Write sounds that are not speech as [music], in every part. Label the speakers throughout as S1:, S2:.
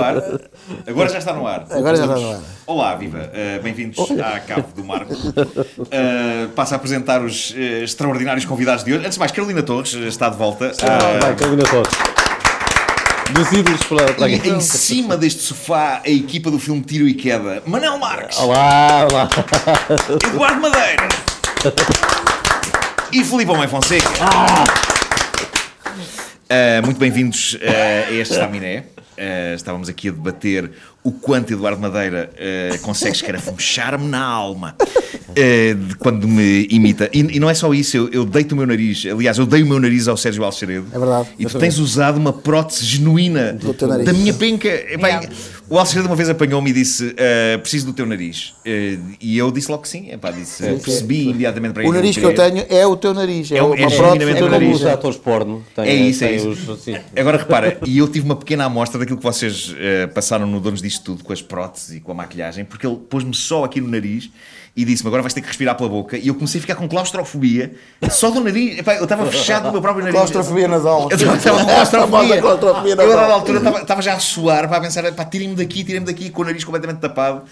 S1: ar. Agora já está no ar.
S2: Agora já tá está no ar.
S1: Olá, viva. Uh, Bem-vindos à Cave do Marco. Uh, passo a apresentar os uh, extraordinários convidados de hoje. Antes de mais, Carolina Torres está de volta.
S3: Ah, vai, Carolina Torres. Dos ídolos pela, pela...
S1: E Eh, em cima deste sofá, a equipa do filme Tiro e Queda. Manel Marques.
S3: Olá, olá.
S1: Eduardo Madeira. E Felipe Homem Fonseca. Uh, muito bem-vindos uh, a este Staminé. Uh, estávamos aqui a debater o quanto Eduardo Madeira uh, consegue escarafunchar-me na alma uh, de quando me imita. E, e não é só isso, eu, eu deito o meu nariz, aliás, eu dei o meu nariz ao Sérgio Alceredo.
S2: É verdade.
S1: E tu tens usado uma prótese genuína
S2: Do teu nariz.
S1: da minha penca. Epá, o Alceredo uma vez apanhou-me e disse: "Ah, Preciso do teu nariz. Eh, e eu disse logo que sim. Epá, disse,
S2: Sim, sim.
S1: percebi imediatamente para
S2: O
S1: ele,
S2: nariz que
S1: não
S2: eu tenho é o teu nariz. É,
S1: É um-
S2: uma
S1: é
S2: prótese
S1: genuinamente
S2: do
S3: É
S2: teu
S1: um
S3: como
S2: nariz.
S3: os atores porno. Tem,
S1: É isso, é
S3: tem
S1: isso.
S3: Os, assim. sim.
S1: Agora repara, e eu tive uma pequena amostra daquilo que vocês eh, passaram no Donos disto tudo, com as próteses e com a maquilhagem, porque ele pôs-me só aqui no nariz e disse-me agora vais ter que respirar pela boca. E eu comecei a ficar com claustrofobia só do nariz. Epá, eu estava fechado no meu próprio nariz.
S2: Claustrofobia nas
S1: Eu
S2: aulas.
S1: estava- estava com claustrofobia.
S2: famosa claustrofobia na
S1: Eu, a dada
S2: boca.
S1: altura, estava- estava já a suar, para pensar, pá, tirem-me daqui, tirem-me daqui, com o nariz completamente tapado,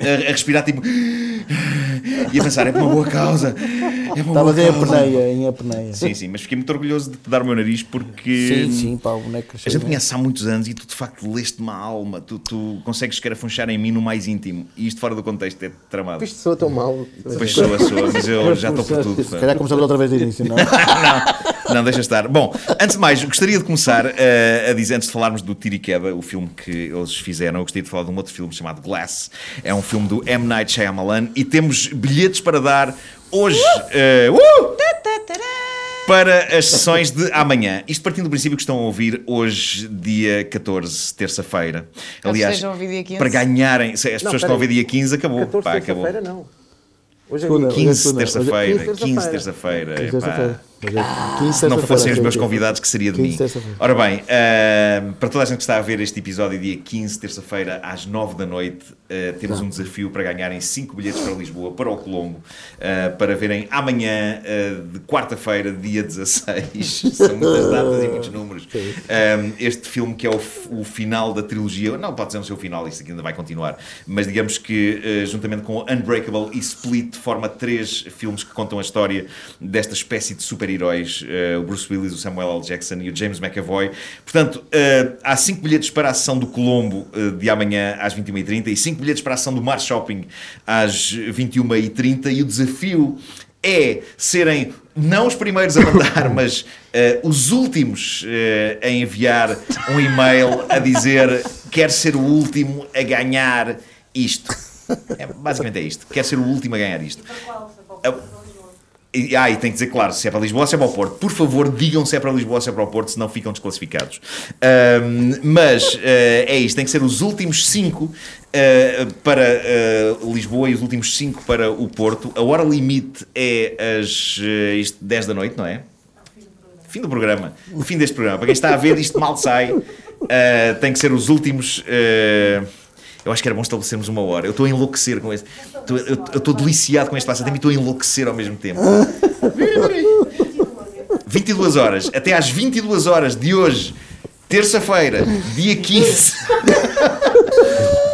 S1: a, a respirar tipo. E a pensar, é uma boa causa. É uma
S2: Estavas em
S1: boa causa.
S2: apneia, em apneia.
S1: Sim, sim, mas fiquei muito orgulhoso de te dar o meu nariz porque.
S2: Sim, sim, pá, o boneco
S1: A
S2: cresceu.
S1: gente conhece há muitos anos e tu de facto leste-me a alma, tu, tu consegues escarafunchar em mim no mais íntimo e isto fora do contexto é tramado.
S4: Isto soa tão mal.
S1: Depois soa, soa, mas eu já estou por tudo.
S2: Se
S1: portanto.
S2: calhar começamos outra vez do início, não? é?
S1: Não, deixa estar. Bom, antes de mais, gostaria de começar eh, a dizer, antes de falarmos do Tiro e Queda, o filme que eles fizeram, eu gostaria de falar de um outro filme chamado Glass. É um filme do M. Night Shyamalan e temos bilhetes para dar hoje. eh, uh! para as sessões de amanhã. Isto partindo do princípio que estão a ouvir hoje, dia 14, terça-feira.
S5: Caso
S1: Aliás,
S5: estejam a ouvir dia 15.
S1: para ganharem. Se as pessoas estão a ouvir
S4: peraí.
S1: dia 15, acabou.
S4: 14
S1: Pá, acabou.
S4: terça-feira, não. Hoje é
S2: Segunda.
S4: quinta.
S1: 15,
S2: Hoje é
S1: terça-feira.
S4: 15,
S1: 15, terça-feira.
S4: terça-feira.
S1: epá.
S2: Terça-feira. Hoje é quinze,
S1: Ah, Se não
S2: terça-feira,
S1: fossem os
S2: sim,
S1: meus
S2: sim.
S1: convidados, que seria de
S2: Quinze,
S1: mim.
S2: terça-feira.
S1: Ora bem, ah, para toda a gente que está a ver este episódio, dia 15, terça-feira, às 9 da noite, ah, temos um desafio para ganharem 5 bilhetes para Lisboa, para o Colombo, ah, para verem amanhã, ah, de quarta-feira, dia 16. São muitas datas e muitos números. Ah, este filme que é o, f- o final da trilogia, não pode ser o seu final, isso aqui ainda vai continuar, mas digamos que, ah, juntamente com Unbreakable e Split, forma três filmes que contam a história desta espécie de super-heróis, eh, o Bruce Willis, o Samuel L. Jackson e o James McAvoy. Portanto, eh, há 5 bilhetes para a sessão do Colombo eh, de amanhã às 21h30 e 5 bilhetes para a sessão do Mar Shopping às 21h30 e o desafio é serem não os primeiros a mandar, mas eh, os últimos eh, a enviar um e-mail a dizer quer ser o último a ganhar isto. É, basicamente é isto. Quer ser o último a ganhar isto. E- Ah, e tem que dizer, claro, se é para Lisboa ou se é para o Porto. Por favor, digam se é para Lisboa ou se é para o Porto, senão ficam desclassificados. Ahm, mas eh, é isto, tem que ser os últimos cinco eh, para eh, Lisboa e os últimos cinco para o Porto. A hora limite é às eh, isto, 10 da noite, não é? Fim do programa. O fim deste programa. Para quem está a ver, isto mal sai. Ah, tem que ser os últimos. ah, eu acho que era bom estabelecermos uma hora. Eu estou a enlouquecer com este. estou- eu eu estou deliciado com este passatempo e estou a enlouquecer ao mesmo tempo. 22 horas. Até às 22 horas de hoje, terça-feira, dia 15.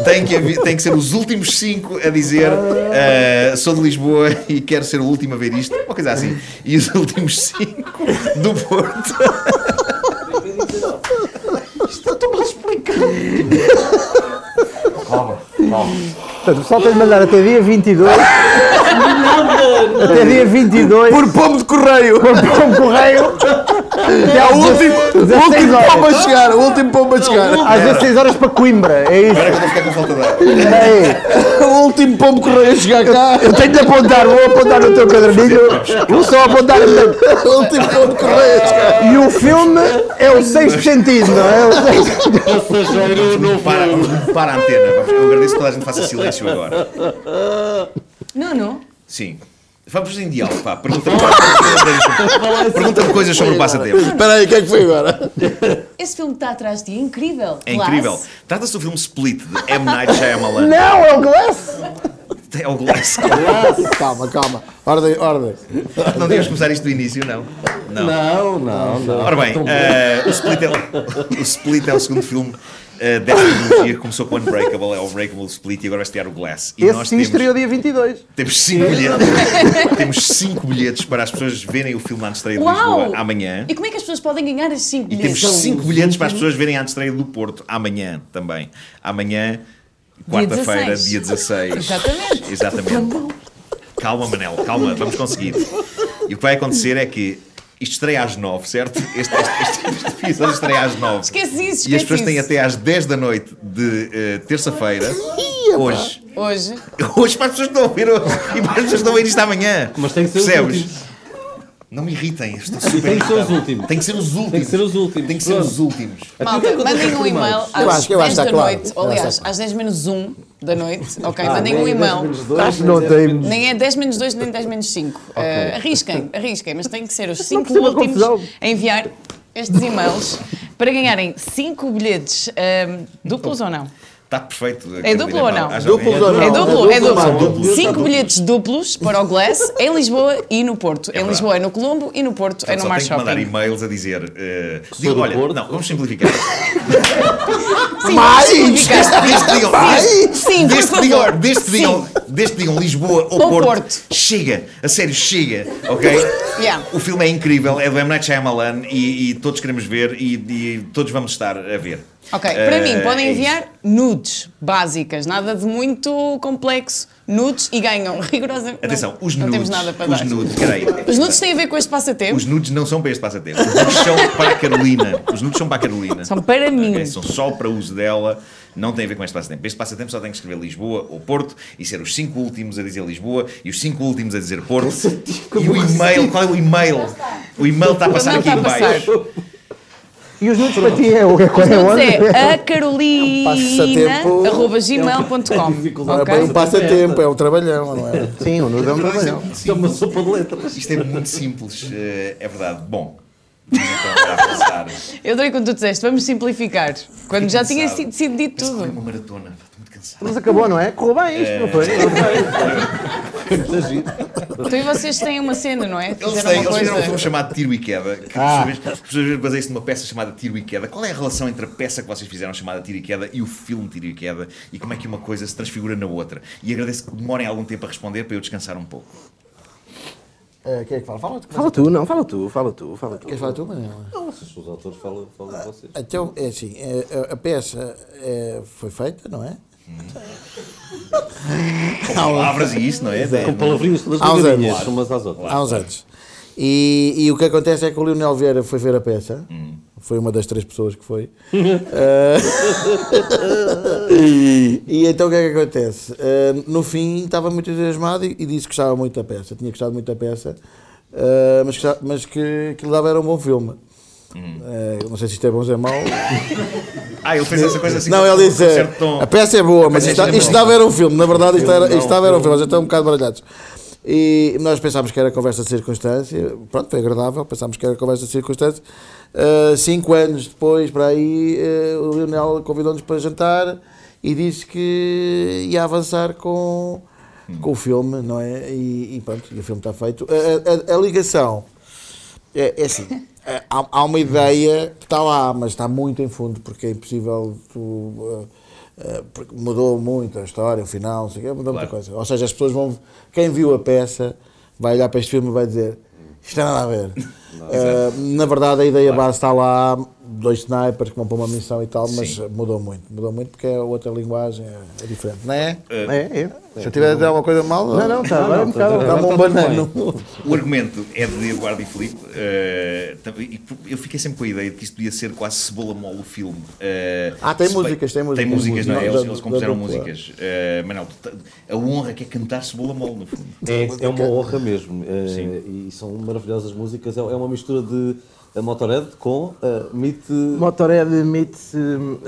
S1: [laughs] Tem que, haver- tem que ser os últimos cinco a dizer ah, sou de Lisboa e quero ser o último a ver isto, uma coisa assim. E os últimos cinco do Porto.
S4: Portanto, o pessoal tem de mandar até dia 22. até dia 22.
S2: Por pombo de correio! Por pombo de correio! É o último, o
S4: 16
S2: último
S4: horas.
S2: pombo a chegar! O último pombo a chegar!
S4: Às 16 horas para Coimbra. É isso.
S1: Agora que eu estou a ficar com falta de ar.
S4: É.
S2: Ah, O último pombo correio a chegar cá!
S4: Eu tenho de apontar. Vou apontar no teu caderninho. Vou só apontar.
S2: O último pombo correio a chegar!
S4: E o filme é o sexto sentido, não é? O sexto...
S3: Passageiro novo.
S1: Para, vamos para a antena. Vamos- eu agradeço que toda a gente faça silêncio agora.
S5: [laughs] Nuno,
S1: Sim. Vamos em diálogo, pá. Pergunta-me coisas- pergunta-me coisas sobre o passatempo.
S2: Espera aí, o que é que foi agora?
S5: esse filme que está atrás de ti é incrível.
S1: É incrível.
S5: Glass.
S1: Trata-se do filme Split de M. Night Shyamalan.
S4: Não, é o Glass.
S1: É o Glass.
S2: Calma, calma. Ordem, ordem.
S1: Não devíamos começar isto do início, não. Não.
S3: Não, não, não.
S1: Ora bem, eh, o, Split é, o Split é o segundo filme eh, desta trilogia que começou com o Unbreakable, é o Breakable Split e agora vai estrear o Glass. E
S2: Esse sim estreou dia 22.
S1: Temos 5 bilhetes. temos 5 bilhetes para as pessoas verem o filme na estreia de
S5: Uau!
S1: Lisboa amanhã.
S5: E como é que as pessoas podem ganhar esses 5
S1: E temos
S5: bilhetes?
S1: 5 bilhetes para as
S5: Uhum.
S1: pessoas verem a estreia do Porto amanhã também. Amanhã, quarta-feira,
S5: 16.
S1: dia 16.
S5: Exatamente.
S1: Exatamente. Calma, Manel, calma, vamos conseguir. E o que vai acontecer é que isto estreia às 9, certo? Este, este, este, este episódio estreia às 9.
S5: Esquece isso, esquece
S1: E as pessoas
S5: isso.
S1: têm até às 10 da noite de eh, terça-feira, hoje.
S5: Hoje.
S1: [laughs] Hoje para as pessoas que estão a ouvir hoje. E para as pessoas que estão a ouvir isto amanhã.
S3: Mas tem que ser os últimos.
S1: Não me irritem, estou super
S3: Tem que ser
S1: irritado.
S3: os últimos.
S1: Tem que ser os últimos.
S3: Tem que ser os últimos.
S1: Tem que ser
S3: Pronto.
S1: os últimos.
S3: é
S5: Malta, mandem um e-mail às
S4: Eu acho que- eu acho que
S5: 10
S4: está
S5: da
S4: claro.
S5: noite.
S4: Eu acho que
S5: Aliás,
S4: está claro.
S5: às 10 menos 1
S1: [laughs]
S5: da noite. Ok,
S1: Ah,
S5: mandem
S3: É,
S1: é
S5: um e-mail.
S4: Acho que não temos.
S5: Nem é 10 menos 2, nem 10 menos 5. Eh, arrisquem, arrisquem, mas têm que ser os 5
S2: precisa de
S5: últimos
S2: confusão.
S5: a enviar estes e-mails para ganharem 5 bilhetes, ehm,
S1: Oh.
S5: duplos ou não?
S1: Está perfeito. eh,
S5: É duplo ou não?
S1: Duplo
S2: Duplos ou não?
S5: É duplo, é
S1: São
S5: duplo.
S1: duplos. São
S5: 5
S1: duplos.
S5: bilhetes duplos para o Glass em Lisboa e no Porto. Em
S1: verdade.
S5: Lisboa é no Colombo e no Porto
S1: Portanto,
S5: é no
S1: só
S5: Mar
S1: tenho que mandar
S5: Shopping.
S1: e-mails a dizer. eh,
S3: Sou
S1: digo,
S3: do
S1: olha,
S3: Porto.
S1: não, vamos simplificar.
S5: Sim,
S4: Mais!
S5: simplificar.
S1: Desde que digam,
S5: Sim, por
S1: desde que
S5: favor.
S1: digam, desde que digam, desde que digam Lisboa ou
S5: Ou
S1: Porto,
S5: Porto.
S1: chega, a sério, chega, ok?
S5: [laughs] Yeah.
S1: O filme é incrível, é do M. Night Shyamalan e, e todos queremos ver e, e todos vamos estar a ver.
S5: Ok, para
S1: Eh,
S5: mim, podem
S1: é isso.
S5: enviar nudes básicas, nada de muito complexo. Nudes e ganham rigorosamente.
S1: Atenção,
S5: não,
S1: os
S5: não
S1: nudes.
S5: temos nada para
S1: os
S5: dar.
S1: nudes, peraí.
S5: Os nudes têm a ver com este passatempo?
S1: Os nudes não são para este passatempo. Os nudes são para a Carolina. Os nudes são para a Carolina.
S5: São para mim.
S1: Ok, São só para uso dela. Não tem a ver com este passatempo. Este passatempo só tem que escrever Lisboa ou Porto e ser os cinco últimos a dizer Lisboa e os cinco últimos a dizer Porto. E o e-mail, qual é o e-mail? O e-mail está a passar
S5: Não
S1: aqui
S5: está
S1: em
S5: a passar.
S1: baixo.
S2: E os nudes
S4: Para ti é o que é qual é
S5: Nudes
S4: onde?
S1: um
S5: é a carolina
S4: passatempo.
S5: arroba
S3: É
S5: gmail.com
S3: dificuldade.
S4: É
S5: ok?
S4: bem um passatempo, é um trabalhão, não é? Sim, o nude é um trabalhão.
S3: Isto é uma sopa de letras.
S1: Isto é muito simples. eh, É verdade. Bom. Mas então está a passar.
S5: Eu adorei quando tu disseste, vamos simplificar. Quando já tinha sido, sido dito
S1: Parece que corri
S5: tudo.
S1: uma maratona. Estou muito cansado.
S2: Mas acabou, não é? Correu bem isto, não foi?
S5: Tu e vocês têm uma cena, não é?
S1: Eles,
S5: Fizeram
S1: têm,
S5: uma
S1: eles fizeram um filme
S5: coisa.
S1: chamado Tiro e Queda, que
S4: Ah.
S1: as pessoas- as pessoas baseiam-se numa peça chamada Tiro e Queda. Qual é a relação entre a peça que vocês fizeram chamada Tiro e Queda e o filme Tiro e Queda? E como é que uma coisa se transfigura na outra? E agradeço que demorem algum tempo a responder para eu descansar um pouco.
S4: É, Quem é que fala? Fala tu.
S2: Fala tu, não, fala tu, fala tu, fala tu.
S4: Queres falar tu, Manela?
S3: Os autores falam, falam de vocês.
S4: Então, é assim, é, a- a peça é, foi feita, não é? [laughs]
S1: Com palavras e isso, não é?
S3: Com palavrinhas todas
S4: Há uns
S3: ligadinhas
S4: anos.
S3: umas às outras.
S4: Há uns anos. E, e o que acontece é que o Leonel Vieira foi ver a peça. Foi uma das três pessoas que foi. Ah, e então o que é que acontece? Ah, no fim estava muito entusiasmado e, e disse que gostava muito da peça. Tinha gostado muito da peça, ah, mas, que, mas que aquilo dava era um bom filme. Ah, não sei se isto é bom ou se é mau.
S1: Ah, ele fez essa coisa assim.
S4: não,
S1: com-
S4: ele
S1: com
S4: disse:
S1: um certo tom.
S4: a peça é boa, mas
S1: peça
S4: isto,
S1: é boa."
S4: isto dava era um filme. Na verdade, isto, era, isto dava era um filme, já estão um bocado baralhados. E nós pensámos que era conversa de circunstância, pronto, foi agradável, pensámos que era conversa de circunstância. Ah, cinco anos depois, para aí, ah, o Lionel convidou-nos para jantar e disse que ia avançar com, com o filme, não é? E, e pronto, e o filme está feito. A- a- a- a ligação é, é assim, é, há, há uma ideia que está lá, mas está muito em fundo, porque é impossível. Tu, eh, eh, porque mudou muito a história, o final, não sei o quê, mudou muita
S1: Claro.
S4: coisa. Ou seja, as pessoas vão. Quem viu a peça vai olhar para este filme e vai dizer: Isto não tem nada a
S2: [laughs]
S4: ver. Eh, na verdade, a ideia base está lá, dois snipers que vão para uma missão e tal, mas
S1: Sim.
S4: mudou muito. Mudou muito porque é outra linguagem, é, é diferente, não é?
S2: É, é.
S4: Se eu tiver a dizer alguma coisa mal,
S2: Não, não, está agora um bocado.
S4: dá-me um
S2: agora está tudo bem.
S4: banano.
S1: O argumento é de Eduardo e Filipe. eh, tam- e eu fiquei sempre com a ideia de que isto podia ser quase cebola mole o filme. eh,
S4: Ah, tem
S1: se bem-
S4: músicas, tem músicas.
S1: Tem músicas, não é?
S4: Da-
S1: Eles,
S4: da-
S1: eles compuseram
S4: da dupla.
S1: músicas. Eh, Manel, tu te- a honra que é cantar cebola mole, no fundo.
S3: É, é uma honra mesmo. eh, e são maravilhosas músicas. É, é uma mistura de eh, Motorhead com eh, Meet.
S2: Motorhead admite-se. hum,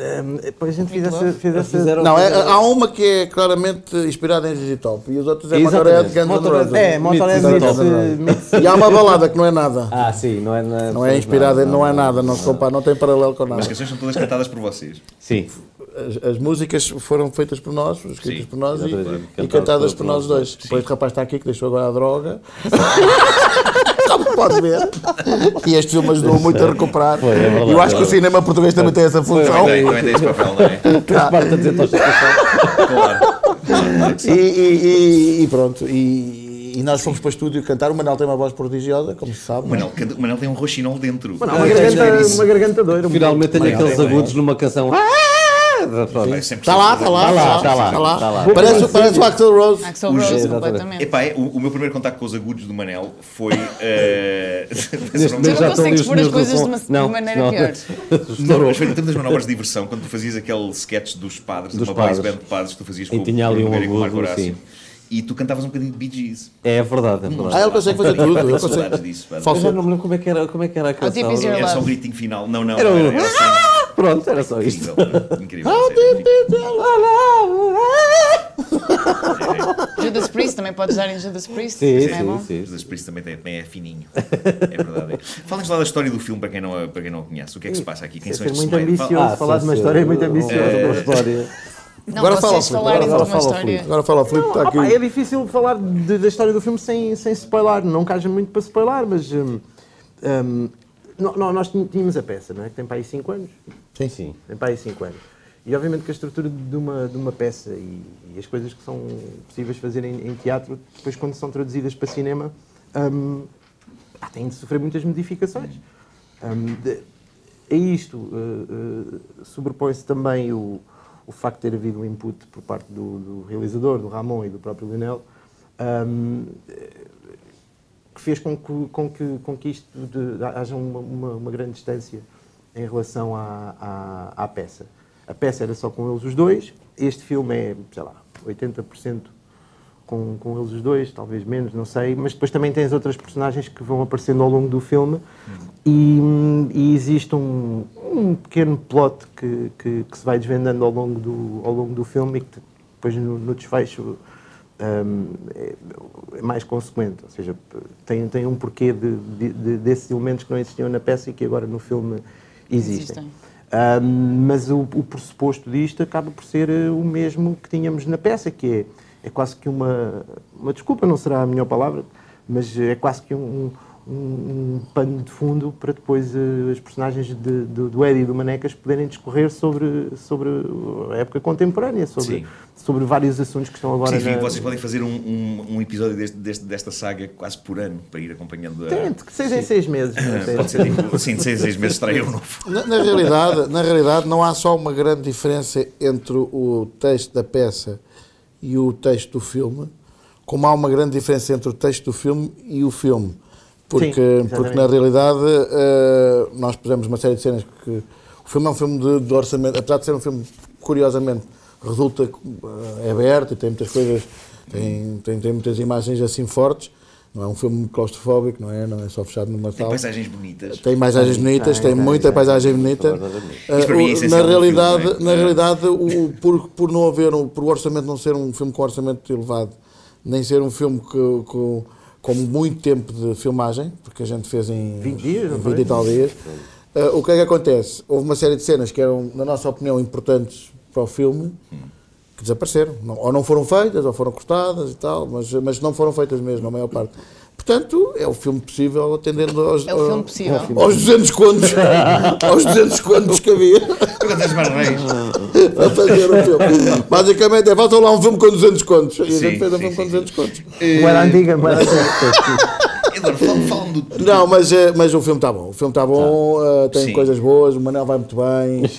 S2: Depois a gente fez essa. Fez essa...
S3: Fizeram-
S4: Não, é, há uma que é claramente inspirada em ZZ Top e os outros é Motorhead
S3: Exatamente.
S4: Guns N'
S3: Motorhead-
S4: Roses.
S2: É, Motorhead
S4: Guns N'
S2: admite-se.
S4: Roses.
S2: admite-se-
S4: E há uma balada que não é nada.
S3: Ah, sim, não é. na-
S4: Não é inspirada, não, é nada, não se
S3: não.
S4: compara, não tem paralelo com nada.
S1: As canções são todas cantadas por vocês.
S4: é- [laughs]
S3: Sim.
S4: As, as músicas foram feitas por nós, escritas
S1: Sim,
S4: por nós e,
S3: exatamente.
S4: e
S3: Cantadas
S4: cantadas
S3: por
S4: por nós dois. Depois o rapaz está aqui que deixou agora a droga. [laughs] Como pode ver. E este filme ajudou muito a recuperar.
S3: Foi, é verdade,
S4: eu acho que
S3: é
S4: o cinema português também tem essa função.
S1: Também tem, também tem esse papel, não é?
S3: Marta dizer tosta.
S4: [laughs] E, e- e- e pronto. E, e nós fomos para o estúdio cantar. O Manel tem uma voz prodigiosa, como se sabe. é?
S1: O Manel, canta- o Manel tem um roxinol dentro.
S2: Não, É uma, garganta, uma garganta doida. um
S3: Finalmente tenho aqueles
S1: bem,
S3: agudos numa canção. Ah! Pronto.
S1: é
S4: Está Tá lá, está lá,
S3: Está lá,
S4: está lá.
S3: está lá, está lá.
S4: Parece, parece o Axel Rose.
S5: Axel Rose,
S3: exatamente.
S5: completamente.
S1: Epá, é, o, o meu primeiro contacto com os agudos do Manel foi. eh, [laughs]
S3: Neste
S5: Tu
S3: momento
S5: não
S3: já estão ali
S5: consegues
S3: os
S5: pôr as
S3: meus
S5: coisas de
S3: do
S5: uma
S3: som.
S5: de
S3: Não,
S5: maneira
S3: não.
S5: pior.
S1: Não, mas foi no tempo das manobras de diversão, quando tu fazias aquele sketch dos padres,
S3: Dos
S1: uma
S3: padres.
S1: boys band de padres que tu fazias
S3: E
S1: com, o
S3: tinha ali
S1: Bruno
S3: um
S1: Nogueira e com o Marco
S3: agudo,
S1: Horácio.
S3: sim.
S1: E tu cantavas um bocadinho de Bee Gees.
S3: É verdade, é
S4: Ah,
S3: verdade.
S4: ele consegue fazer tudo. Ele
S1: Saudades
S4: consegue.
S1: disso, pá.
S3: Eu já
S4: Falsete.
S3: não me lembro como é que era, como é que era a canção.
S5: Deep Is Your
S1: Era só um
S5: Love.
S1: gritinho final. Não, não.
S3: [laughs] Era um-
S1: era só
S3: Pronto, era só isto.
S1: incrível. Incrível.
S3: tipo.
S1: sério.
S5: Judas Priest, também podes dar em Judas Priest.
S3: Sim,
S5: também é bom.
S3: sim, sim.
S1: Jesus Priest também, tem- também é fininho. É verdade. é. Fala-nos lá da história do filme para quem, não, a- para quem não a conhece. O que é que se passa aqui? Quem são
S2: ser
S1: estes
S2: muito
S1: smile- Fala-
S3: Ah,
S2: ambicioso. falar de uma história muito ambiciosa.
S3: Uma história.
S5: Não,
S4: Agora fala,
S5: vocês
S4: Filipe,
S5: falarem de
S4: agora
S5: uma
S3: fala,
S5: história.
S4: Agora fala, o Filipe está
S2: Opa, é
S4: aqui.
S2: difícil falar de- da história do filme sem, sem spoiler, não que haja muito para spoiler, mas hum, hum, no- no- nós tínhamos a peça, não é? Que tem para aí 5 anos.
S3: Sim, sim.
S2: Tem para aí 5 anos. E obviamente que a estrutura de uma, de uma peça e, e as coisas que são possíveis fazer em, em teatro, depois quando são traduzidas para cinema, hum, pá, têm de sofrer muitas modificações. Hum, de- a isto uh, uh, sobrepõe-se também o, o facto de ter havido um input por parte do, do realizador, do Ramon e do próprio Lionel, hum, que fez com que, com que, com que isto de- haja uma, uma- uma grande distância em relação à, à- à peça. A peça era só com eles os dois, este filme é, sei lá, 80% com, com eles os dois, talvez menos, não sei, mas depois também tens outras personagens que vão aparecendo ao longo do filme e, e existe um, um pequeno plot que, que, que se vai desvendando ao longo do, ao longo do filme e que te- depois no, no desfecho hum, é, é mais consequente, ou seja, p- tem, tem um porquê de- de- de- desses elementos que não existiam na peça e que agora no filme existem.
S5: Existem.
S2: Ahm, mas o, o pressuposto disto acaba por ser eh, o mesmo que tínhamos na peça, que é, é quase que uma, uma desculpa, não será a melhor palavra, mas é quase que um, um, um pano de fundo para depois eh, as personagens de- do, do Eddie e do Manecas poderem discorrer sobre, sobre a época contemporânea, sobre,
S1: Sim.
S2: sobre vários assuntos que estão agora
S1: Sim,
S2: na...
S3: né?
S1: vocês podem fazer um, um- um episódio deste- deste- desta saga quase por ano para ir acompanhando a.
S2: Tente, que seis em seis meses.
S4: É,
S2: não sei.
S1: Pode ser tipo, sim, de seis, seis meses estreia um novo.
S4: Na, na realidade, na realidade, não há só uma grande diferença entre o texto da peça e o texto do filme, como há uma grande diferença entre o texto do filme e o filme. Porque,
S2: Sim, exatamente.
S4: porque na realidade, eh, nós pusemos uma série de cenas que. O filme é um filme de, de orçamento, apesar de ser um filme, curiosamente, resulta. eh, é aberto e tem muitas coisas. Tem, tem, tem muitas imagens assim fortes. Não é um filme claustrofóbico, não é? Não é só fechado numa
S1: Tem
S4: sala.
S1: paisagens bonitas.
S4: Tem paisagens bonitas, tem muita paisagem bonita.
S1: Isso para mim é
S4: Uh, o-
S1: essencial
S4: Na
S1: no filme,
S4: realidade,
S1: não é?
S4: na realidade o, o- por, por não haver, um, por o orçamento não ser um filme com orçamento elevado, nem ser um filme que, com, com muito tempo de filmagem, porque a gente fez em
S2: 20 dias,
S4: em
S2: não
S4: 20
S2: foi?
S4: e tal dias, uh, o que é que acontece? Houve uma série de cenas que eram, na nossa opinião, importantes para o filme, que desapareceram. Não- ou não foram feitas, ou foram cortadas e tal, mas, mas não foram feitas mesmo, a maior parte. Portanto, é o filme possível atendendo aos, eh,
S5: É o filme
S4: ao-
S5: possível.
S4: aos 200 contos, aos 200 contos que havia
S1: Quantas mais reis?
S4: para fazer o filme. Basicamente é, faltam lá um filme com 200 contos. E a
S1: Sim,
S4: gente fez um
S1: sim,
S4: filme com
S1: sim, Eh,
S4: 200 contos. É.
S2: Moeda antiga, moeda
S4: [laughs]
S2: antiga.
S1: Eduardo, fala- fala-me do. do-
S4: Não, mas, eh, mas o filme está bom. O filme está bom, eh, tem
S1: Tá. Sim.
S4: coisas boas, o Manel vai muito bem.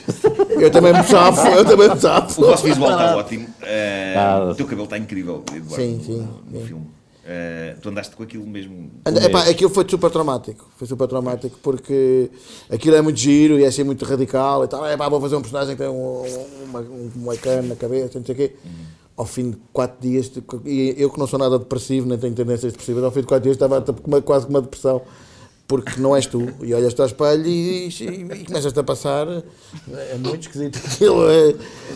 S4: Eu também me safo, eu também me safo.
S1: O vosso visual está ótimo. eh,
S3: Ah.
S1: o teu cabelo está incrível, Eduardo.
S4: Sim,
S1: no-
S4: sim,
S1: No, filme. Eh, tu andaste com aquilo mesmo.
S4: Anda- Epá, aquilo foi super traumático. Foi super traumático porque aquilo é muito giro e é assim muito radical e tal. Epá, vou fazer um personagem que tem um, uma, um moicano na cabeça, não sei o quê. Ao fim de quatro dias, de- e eu que não sou nada depressivo, nem tenho tendências depressivas, ao fim de quatro dias estava tipo, com uma- quase com uma depressão. Porque não és tu, e olhas-te ao espelho e, e, e começas-te a passar. É muito esquisito aquilo. é-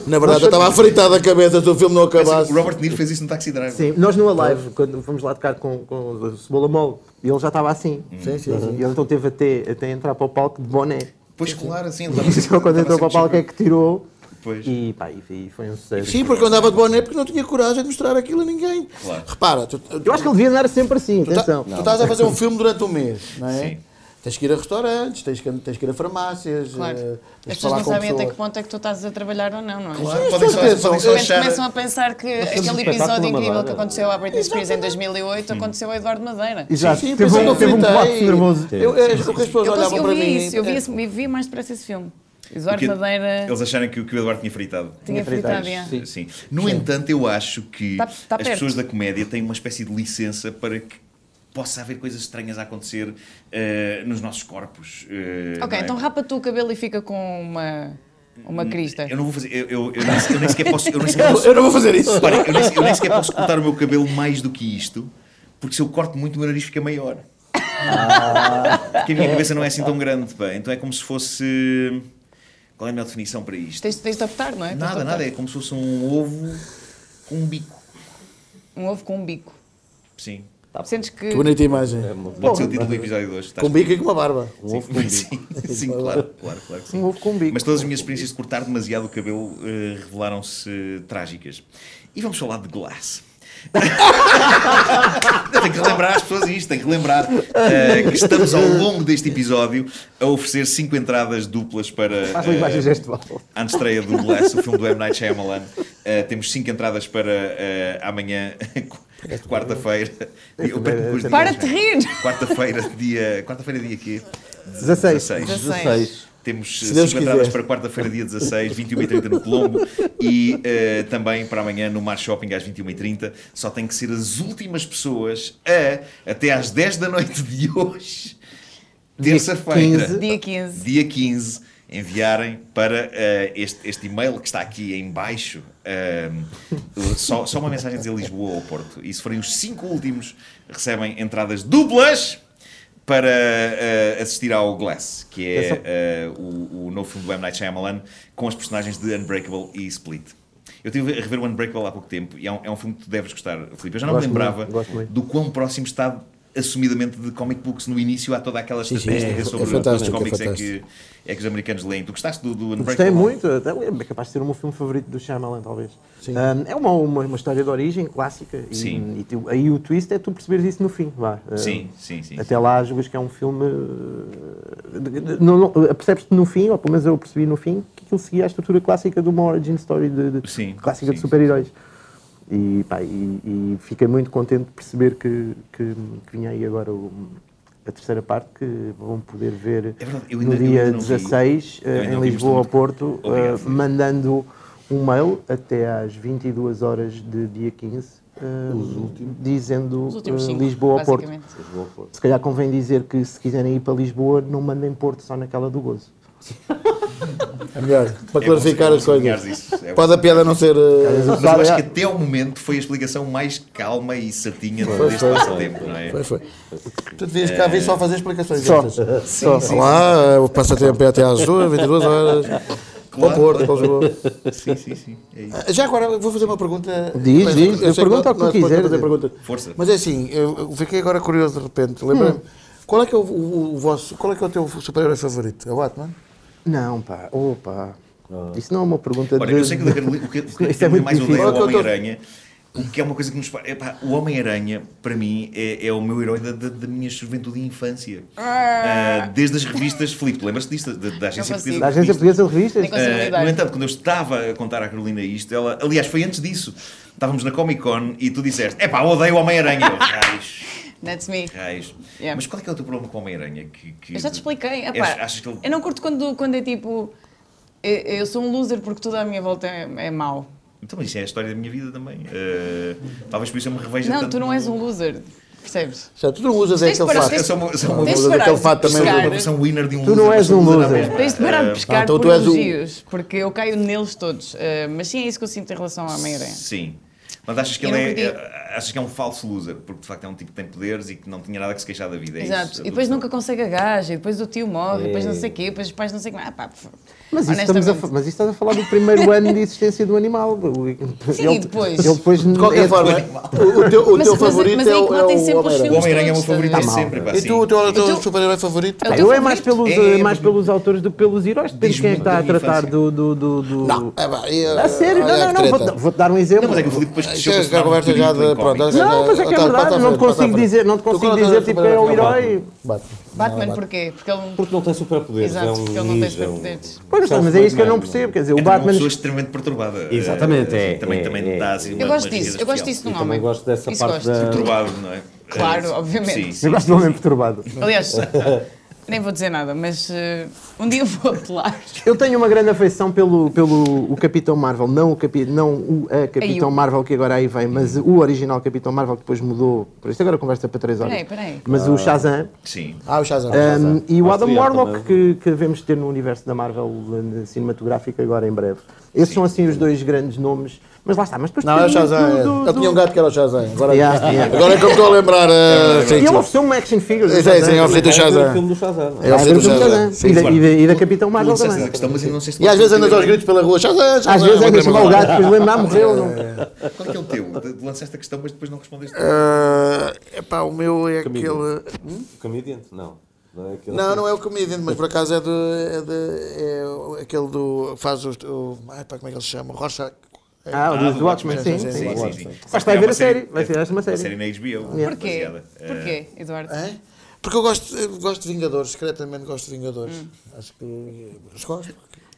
S4: Na verdade, eu estava a fritar da cabeça se o filme não acabasse.
S1: O Robert De Niro fez isso no Taxi Driver.
S2: Sim, nós no Alive, quando fomos lá tocar com, com o Cebola Mole, e ele já estava assim.
S4: Sim, sim, sim.
S2: E ele então teve até, até entrar para o palco de boné. [laughs]
S1: Pois, claro, assim.
S2: Isso quando entrou para o palco é que tirou
S1: Pois.
S2: E pá, e foi- e foi um sucesso.
S4: Sim, porque eu andava de boné porque não tinha coragem de mostrar aquilo a ninguém.
S1: Claro.
S4: Repara, tu, tu,
S2: Eu acho que ele devia andar sempre assim,
S4: tu tá-
S2: atenção.
S4: tu estás a fazer um filme durante um mês, não é?
S1: Sim.
S4: Tens que ir a restaurantes, tens que, tens que ir a farmácias,
S5: Claro.
S4: eh,
S5: As
S4: tens que
S5: pessoas
S4: falar
S5: não
S4: com
S5: sabem até
S4: pessoas.
S5: que ponto é que tu estás a trabalhar ou não, não é?
S1: Claro, podem
S4: As
S1: só,
S4: pessoas pensam-
S1: podem
S5: De
S1: só
S5: repente
S1: achar.
S5: começam a pensar que
S3: fizemos um
S5: aquele
S3: espetáculo
S5: episódio
S3: na
S5: incrível que
S3: Madeira.
S5: aconteceu à Britney Spears em 2008 aconteceu a Eduardo Madeira.
S2: Exato.
S4: Sim,
S2: teve,
S4: por isso é que
S2: um,
S4: eu
S2: teve um
S4: fritei.
S2: colapso nervoso.
S4: Eu, eu, o que as pessoas
S5: Eu,
S4: olhavam
S5: consegui- eu
S4: para
S5: vi
S4: mim.
S5: isso, eu vi,
S4: eh,
S5: isso, eu vi mais depressa esse filme. Eduardo
S1: Porque
S5: Madeira
S1: Eles acharam que, o- que o Eduardo tinha fritado.
S5: tinha fritado. é.
S2: Sim.
S1: Sim. No entanto, eu acho que
S5: Tá- tá
S1: as
S5: perto.
S1: pessoas da comédia têm uma espécie de licença para que possa haver coisas estranhas a acontecer eh, nos nossos corpos. eh, não
S5: Ok,
S1: é? Hum,
S5: então rapa tu o cabelo e fica com uma, uma crista.
S1: Eu não vou fazer. Eu, eu, eu nem, eu nem sequer posso. Eu nem sequer posso,
S4: [laughs] Eu não vou fazer isso.
S1: Reparem, eu, nem, eu nem sequer posso cortar o meu cabelo mais do que isto, porque se eu corto muito, o meu nariz fica maior.
S4: Ah.
S1: Porque a minha cabeça não é assim tão grande, pá. Então é como se fosse. Qual é a minha definição para isto?
S5: Tens, tens de optar, não é? Tens de
S1: Nada,
S5: optar.
S1: nada. É como se fosse um ovo com um bico.
S5: Um ovo com um bico.
S1: Sim.
S5: Sentes que.
S4: Que bonita imagem.
S1: É, Pode ser o título do episódio de hoje.
S4: Com bico e com uma barba.
S1: Um ovo com bico. Sim, sim, claro, claro, claro que sim.
S2: Um ovo com bico.
S1: Mas todas as minhas experiências de cortar demasiado o cabelo eh, revelaram-se trágicas. E vamos falar de Glass. [laughs] Eu tenho que relembrar as pessoas isto, tenho que lembrar eh, que estamos ao longo deste episódio a oferecer cinco entradas duplas
S4: É.
S1: para
S2: Faz
S1: eh,
S2: linguagem gestual.
S1: a estreia do Glass, o filme do M. Night Shyamalan. Eh, temos cinco entradas para eh, amanhã,
S4: é
S1: quarta-feira. Eu perco os dias.
S5: Para
S1: [laughs]
S5: de rir!
S1: Quarta-feira, dia. Quarta-feira, dia quê?
S2: 16.
S1: 16.
S5: 16.
S1: Temos eh,
S4: Se Deus
S1: cinco entradas
S4: quiser.
S1: para quarta-feira, dia 16, 21h30 no Colombo e eh, também para amanhã no Mar Shopping às 21h30. Só têm que ser as últimas pessoas a, até às 10 da noite de hoje, terça-feira,
S2: 15.
S5: Dia 15.
S1: dia 15, enviarem para eh, este, este e-mail que está aqui em baixo. eh, só, só uma mensagem a dizer Lisboa ou Porto. E se forem os cinco últimos, recebem entradas duplas para eh, assistir ao Glass, que é eh, o, o novo filme do M. Night Shyamalan, com as personagens de Unbreakable e Split. Eu estive a rever o Unbreakable há pouco tempo e é um, é um filme que tu deves gostar, Filipe. Eu já não
S2: Gosto
S1: me
S2: muito,
S1: lembrava
S2: gosto muito.
S1: do quão próximo está assumidamente de comic books no início há toda aquela
S4: sim,
S1: estatística
S4: é- é
S1: sobre quantos
S4: fantástico, é
S1: cómics é, que,
S4: fantástico.
S1: é que os americanos leem. Tu gostaste do, do
S2: Gostei
S1: Unbreakable?
S2: muito, até é capaz de ser o meu filme favorito do Shyamalan, talvez. Ahm, é uma, uma, uma história de origem clássica e,
S1: Sim.
S2: e tu- aí o twist é tu perceberes isso no fim, vá. Ahm,
S1: Sim, sim, sim.
S2: Até lá julgas que é um filme... eh, de- de- Não, não, percebes-te no fim, ou pelo menos eu percebi no fim, que aquilo seguia a estrutura clássica de uma origin story de, de-
S1: Sim,
S2: clássica de
S1: sim,
S2: super-heróis. E, pá, e, e fiquei muito contente de perceber que, que, que vinha aí agora o- a terceira parte, que vão poder ver
S1: É verdade, eu
S2: no
S1: ainda- eu
S2: dia
S1: ainda não vi.
S2: 16,
S1: Eu ainda não
S2: eh, em
S1: vi, mas
S2: Lisboa ao
S1: estou muito-
S2: Porto, eh,
S1: Obrigado, Filipe.
S2: mandando um mail até às 22 horas de dia 15, eh, dizendo
S5: Os últimos
S2: eh,
S5: 5.
S2: Lisboa ao Porto.
S5: basicamente.
S2: Se calhar convém dizer que se quiserem ir para Lisboa, não mandem Porto só naquela do Gozo.
S4: É melhor. Para
S1: É bom- é
S4: clarificar
S1: bom
S4: as coisas.
S1: sublinhares isso, é bom.
S4: Pode a piada não ser. eh,
S1: Mas eu
S2: é.
S1: acho que até ao momento foi a explicação mais calma e certinha deste
S4: foi,
S1: passatempo, não é?
S4: Foi, foi. Tu devias cá vir só fazer explicações
S2: Só.
S4: destas.
S1: Sim, sim,
S4: Olá, o passatempo é até às 2, 22 horas. Para o Porto, para Lisboa.
S1: sim, sim, sim. É isso.
S4: Ah, Já agora eu vou fazer uma pergunta.
S2: Diz,
S4: Mas,
S2: diz,
S4: eu sei
S2: pergunta
S4: não-
S2: o que
S4: não se pode
S2: quiser.
S4: fazer pergunta.
S1: Força.
S4: Mas é assim, eu eu fiquei agora curioso de repente. Lembrei-me. Qual é que é o, o- o vosso, qual é que é o teu super-herói favorito? É o Batman?
S2: Não, pá, opa. Isso não é uma pergunta
S1: Olha,
S2: de.
S1: eu sei que o Carolina- o que, o que a
S2: [laughs] Isso
S1: Carolina
S2: é muito
S1: mais
S2: difícil.
S1: odeia é
S4: Olha
S1: o
S4: que eu tô-
S1: Homem-Aranha, o que é uma coisa que nos faz. Epá, o Homem-Aranha, para mim, é, é o meu herói da, da- da minha juventude e infância. Ah, desde as revistas, Filipe, tu lembras-te disto? Da, da agência
S5: Não
S1: portuguesa. de
S2: Da Agência
S1: Revistas?
S2: Portuguesa de Revistas.
S5: Nem consigo
S1: Ah,
S5: lidar.
S1: no entanto, quando eu estava a contar à Carolina isto, ela. Aliás, foi antes disso. Estávamos na Comic Con e tu disseste: Epá, odeio o Homem-Aranha. Eu, Raios,
S5: That's me.
S1: raios.
S5: Yeah.
S1: Mas qual é, que é o teu problema com o Homem-Aranha? Que, que-
S5: Eu já te expliquei.
S1: És-
S5: Epá,
S1: achas É, que ele-
S5: Eu não curto quando, quando é tipo. Eu, eu sou um loser porque tudo à minha volta é, é mau.
S1: Então, mas isso é a história da minha vida também. Ah, talvez por isso eu me reveja
S5: Não,
S1: tanto
S5: tu não
S1: no-
S5: és um loser. Percebes?
S4: Já, tu não usas é
S5: Tens de
S4: aquele
S5: parar-
S1: [laughs]
S4: fato.
S1: Eu sou uma- eu sou uma-
S5: Tens de
S4: usas
S5: parar
S4: aquele
S5: de
S4: fato também. é
S5: pescar.
S1: uma versão winner de um
S2: Tu
S1: loser.
S2: não
S1: mas
S2: és
S1: sou
S2: um
S1: à
S2: loser.
S1: mesma.
S5: Tens de parar de
S1: Eh,
S5: pescar
S4: então
S5: por
S4: tu és um-
S5: elogios, porque eu caio neles todos. Ah, mas sim, é isso que eu sinto em relação à Meira.
S1: Sim. Mas achas que
S5: Eu
S1: ele
S5: não
S1: é,
S5: acredito.
S1: é- achas que é um falso loser, porque de facto é um tipo que tem poderes e que não tinha nada que se queixar da vida. É
S5: Exato.
S1: isso,
S5: E depois
S1: Adulto.
S5: nunca consegue a gaja, e depois o tio morre, e depois não sei
S3: É.
S5: o quê, depois os pais não sei o quê. Ah, pá, pff.
S2: Mas isso,
S5: honestamente.
S2: estamos a, fa- mas isso estás a falar do primeiro ano de existência do animal.
S5: Sim, e depois?
S2: Ele depois
S4: De qualquer forma, o, o teu, o
S5: é Mas-
S4: teu
S5: mas-
S4: favorito
S5: mas
S4: é
S5: aí que
S4: o,
S5: notem
S4: é
S5: sempre
S4: o
S5: os
S1: O
S4: Homem-Aranha.
S5: filmes.
S1: Homem-Aranha é o meu
S5: Todos, todos.
S1: favorito
S5: Tá
S1: desde
S2: mal,
S1: sempre.
S2: não
S1: pá,
S4: E
S1: sim.
S4: tu, o teu, o teu
S5: E tu-
S4: super-herói favorito?
S5: É o teu
S2: eu é mais
S5: favorito?
S2: pelos,
S1: É,
S2: mais pelos autores do que pelos heróis. Depende de quem é que
S1: Diz-me
S2: está a
S1: da minha
S2: tratar
S1: infância.
S2: do. do, do, do-
S4: Não, é pá, e,
S2: A sério,
S4: olha
S2: não,
S4: que
S2: não, não.
S4: treta.
S2: Vou-te vou dar um exemplo.
S1: Não, mas é que o Filipe depois
S4: Isto
S1: cresceu
S4: é
S1: se tornar
S4: a
S1: um
S4: conversa já
S1: bocadinho
S4: de.
S1: incómico.
S4: Pronto,
S2: Não, mas é que é
S4: tá, passa à
S2: verdade.
S4: frente,
S2: Não te
S4: passa à
S2: consigo
S4: frente.
S2: dizer, não te
S4: Tu
S2: consigo
S4: quando és
S2: dizer tipo quem é o
S4: super-herói, não,
S2: herói.
S4: Bate.
S5: Batman porquê? Porque ele.
S3: Porque não tem superpoderes.
S5: Exato,
S3: é um
S5: porque ele não tem
S3: ninja, um-
S5: superpoderes.
S2: Pois, mas é isso que eu não percebo. Quer dizer,
S1: É
S2: o
S1: também uma
S2: Batman.
S1: pessoa extremamente perturbada.
S3: Exatamente,
S1: Eh,
S3: é,
S1: Também,
S3: é,
S1: também
S3: é.
S1: dá assim uma
S5: Eu gosto
S1: uma rigidez
S5: disso, eu gosto
S1: especial.
S5: disso num
S3: Eu também
S5: homem.
S3: gosto dessa
S5: Isso
S3: parte
S5: gosto.
S3: da-
S1: Perturbado, não é?
S5: Claro,
S1: Eh,
S5: obviamente.
S1: Sim, sim.
S2: [laughs] Eu gosto do homem perturbado.
S4: [laughs]
S2: [laughs]
S5: Aliás, nem vou dizer nada, mas eh, um dia
S1: [laughs]
S5: vou apelar.
S2: Eu tenho uma grande afeição pelo, pelo o Capitão Marvel, não o, capi, não o a Capitão
S5: Aí o-
S2: Marvel que agora aí vem, mas o original Capitão Marvel que depois mudou. Por isto agora conversa é para três horas.
S5: Peraí, peraí.
S2: Mas o Shazam.
S1: Sim.
S4: Ah, o Shazam.
S2: um, e o
S3: Vai
S2: Adam
S3: estrear
S2: Warlock
S3: também.
S2: que, que devemos ter no universo da Marvel eh, cinematográfico agora em breve. Esses são assim os dois grandes nomes. Mas lá está, mas depois
S4: Não, é o
S2: depende muito
S4: Shazam. é.
S2: do- do-
S4: Eu tinha um gato que era o Shazam. Agora,
S2: Yeah, yeah.
S4: agora é que eu me estou a lembrar. eh,
S2: E
S4: sim,
S2: ele
S4: sim.
S2: ofereceu uma action figure. do
S4: Sim, sim,
S2: Shazam.
S4: eu ofereci do
S3: É o
S4: Shazam.
S3: filme do Shazam.
S4: Eu
S2: Ah,
S4: ofereci do
S2: do
S4: Shazam.
S2: Shazam.
S4: Sim,
S2: E da-
S4: sim.
S2: e da- E da Capitão
S1: Tu
S2: Marvel
S1: lançaste
S2: também.
S1: essa questão, mas eu não sei se...
S4: E às vezes andas aos gritos pela rua. Shazam, Shazam.
S2: Às vezes é
S4: Vou
S2: que
S4: ter-me
S2: chamar o
S4: agora.
S2: gato, depois lembrar, morreu. Não.
S1: Qual é que é o teu? De- Lançaste a questão, mas depois não respondeste.
S4: Eh, epá, o meu é
S3: Comedian.
S4: aquele.
S3: Comediante? Não. Não é aquele.
S4: Não, não é o Comedian, mas por acaso é, do, é, de, é o- aquele do. Faz o. o ai, pá, como é que ele se chama? Rorschach. É.
S2: Ah, o do Watchmen, sim.
S4: sim,
S2: sim.
S1: Sim, sim, sim.
S2: Mas vai ver a série, vai ser essa uma série.
S1: na HBO.
S5: Porquê?
S1: baseada. Eh,
S5: Porquê, Eduardo?
S4: Hã? Porque eu gosto, eu gosto de Vingadores, secretamente gosto de Vingadores.
S5: Hum.
S4: Acho que. Mas gosto.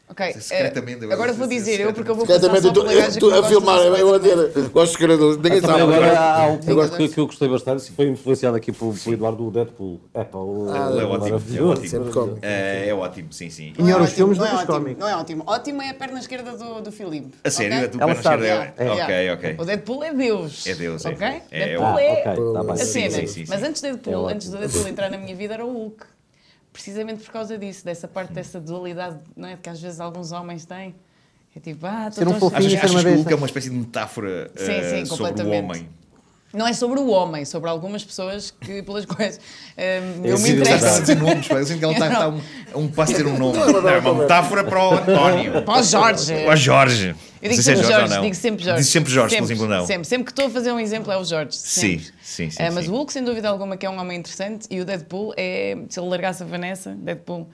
S5: Ok.
S1: Secretamente,
S5: eh, agora
S1: eu-
S5: vou dizer eu, porque eu vou passar
S4: Secretamente,
S5: só
S4: eu tô-
S5: pela gaja
S4: eu
S5: que
S4: tô
S5: não
S4: a
S5: gosta de
S4: filmar, é eu a
S5: Superman.
S4: dizer. Gosto de Vingadores, ninguém
S3: Também
S4: sabe.
S3: agora há um filme
S5: Vingadores.
S3: que, que eu gostei bastante, que foi influenciado aqui pelo, pelo Eduardo do Deadpool. É pá, o,
S1: É ótimo. É
S3: maravilhoso.
S1: ótimo.
S4: Sempre como.
S1: Eh, É ótimo, sim, sim.
S5: Não é
S2: Melhor os
S5: ótimo,
S2: filmes do
S5: não é
S2: que os
S5: ótimo,
S2: cómics.
S5: Não é ótimo. Ótimo é a perna esquerda do, do Filipe.
S1: A sério?
S5: ok?
S1: A tua Ela perna sabe. esquerda é-
S5: Yeah.
S1: ok, ok.
S5: O Deadpool é Deus.
S1: É Deus, é
S5: Ok?
S1: Deus. É- é
S5: Deadpool
S1: o-
S5: é,
S3: Ah, ok, tá bem.
S5: a cena.
S1: Sim, É sim, sim.
S5: Mas antes, de Deadpool, antes do Deadpool entrar na minha vida era o Hulk. Precisamente por causa disso, dessa parte, dessa dualidade não é? que às vezes alguns homens têm. É tipo, ah,
S2: Ser um
S5: tão-
S2: fofinho.
S1: Achas,
S2: Tinha que ser
S1: achas que
S2: uma
S1: o
S2: dessa.
S1: Hulk é uma espécie de metáfora
S5: Sim,
S1: eh, sobre
S5: sim,
S1: o
S5: completamente.
S1: homem?
S5: Não é sobre o homem, sobre algumas pessoas que, pelas quais eh, eu me
S3: sim,
S1: Ela está a
S5: interesso. [laughs]
S1: dizer nomes, pá. eu sinto que ela está, está a um, a um passo de ter um nome. Não, é uma metáfora para o António.
S5: Para o Jorge.
S1: Ou a Jorge.
S5: Eu
S1: Não sei se
S5: digo
S1: é
S5: sempre
S1: Jorge ou
S5: Jorge,
S1: não.
S5: digo sempre Jorge.
S1: Diz sempre Jorge, por exemplo, não.
S5: Sempre, sempre que estou a fazer um exemplo é o Jorge.
S1: Sim,
S5: sempre.
S1: sim, sim.
S5: Eh, mas
S1: sim.
S5: o Hulk, sem dúvida alguma, que é um homem interessante e o Deadpool é. Se ele largasse a Vanessa, Deadpool,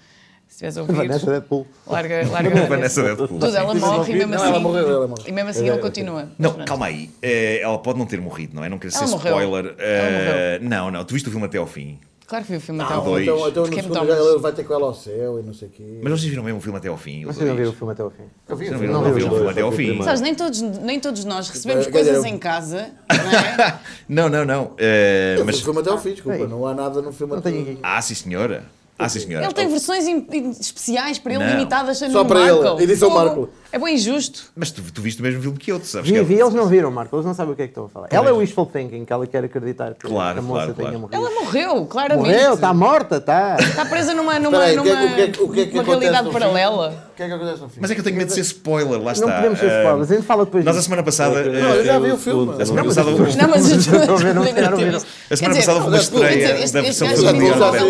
S5: se tivesse ouvido,
S2: Vanessa Deadpool.
S4: [laughs]
S5: larga, larga a
S1: Vanessa
S5: Vanessa.
S1: é Deadpool.
S5: Tudo, é um ela morre e mesmo
S4: Não, ela
S5: assim.
S4: morreu, ela É, morreu.
S5: E mesmo assim ele continua. Mas
S1: Não,
S5: pronto.
S1: calma aí. Eh, ela pode não ter morrido, não é? Não quero ser
S5: Ela morreu.
S1: spoiler.
S5: Ela
S1: Eh, não, não. Tu viste o filme até ao fim.
S5: Claro que vi o filme até
S1: Ah,
S5: ao
S1: dois.
S5: fim.
S4: Então, então no
S5: Porque é
S4: segundo
S5: muito
S4: lugar,
S5: homem.
S4: ele vai ter com ela ao céu e não sei o quê.
S1: Mas vocês viram mesmo o filme até ao fim? os
S2: Vocês não
S1: dois?
S2: viram o filme até ao fim.
S1: Vocês não viram, não viram o filme até ao fim?
S5: Sabes, nem todos, nem todos nós recebemos
S4: Eh, quer
S5: coisas
S4: dizer,
S5: em casa, não é?
S1: Não, não, não. Eh,
S4: Mas o
S1: mas...
S4: filme até ao fim, desculpa, não há nada no filme até
S2: tenho aqui.
S1: Ah, sim, senhora. Ah, sim, senhora.
S5: Ele tem versões im- im- especiais para ele,
S1: Não.
S5: limitadas a
S4: Só
S5: no
S4: para ele.
S5: Marco.
S4: Edição
S5: Fogo.
S4: Marco.
S5: É bem injusto.
S1: Mas tu, tu viste o mesmo filme que eu, tu sabes que
S2: Vi,
S1: ela-
S2: vi, eles não viram, Marco, eles não sabem o que é que estão a falar. Ela é wishful thinking, que ela quer acreditar que
S1: Claro,
S2: a
S1: claro,
S2: moça tenha
S1: claro.
S2: morrido.
S5: Ela morreu, claramente.
S2: Morreu, está morta, tá. está.
S5: Está Tá presa numa, numa,
S4: Espera aí, o que é-
S5: numa,
S4: o que é que- o que é que
S5: numa
S4: acontece
S5: realidade
S4: no fim?
S5: paralela.
S4: O que é que acontece no filme?
S1: Mas é que eu tenho medo de ser spoiler, lá está.
S2: Não podemos ser
S1: Eh,
S2: spoilers, a gente fala depois
S1: Nós a
S2: disso.
S1: semana passada.
S4: Não, eu
S1: eh,
S4: já vi o filme.
S3: Não, mas-
S1: semana passada houve-
S5: Não, mas as pessoas.
S2: ouviram, não ouviram, não ouviram.
S1: A semana
S5: Quer dizer,
S1: passada houve uma
S4: não, desculpa,
S1: estreia
S5: este-
S1: da
S5: este
S1: versão
S5: gajo
S1: familiar.
S5: não
S1: da-
S5: viu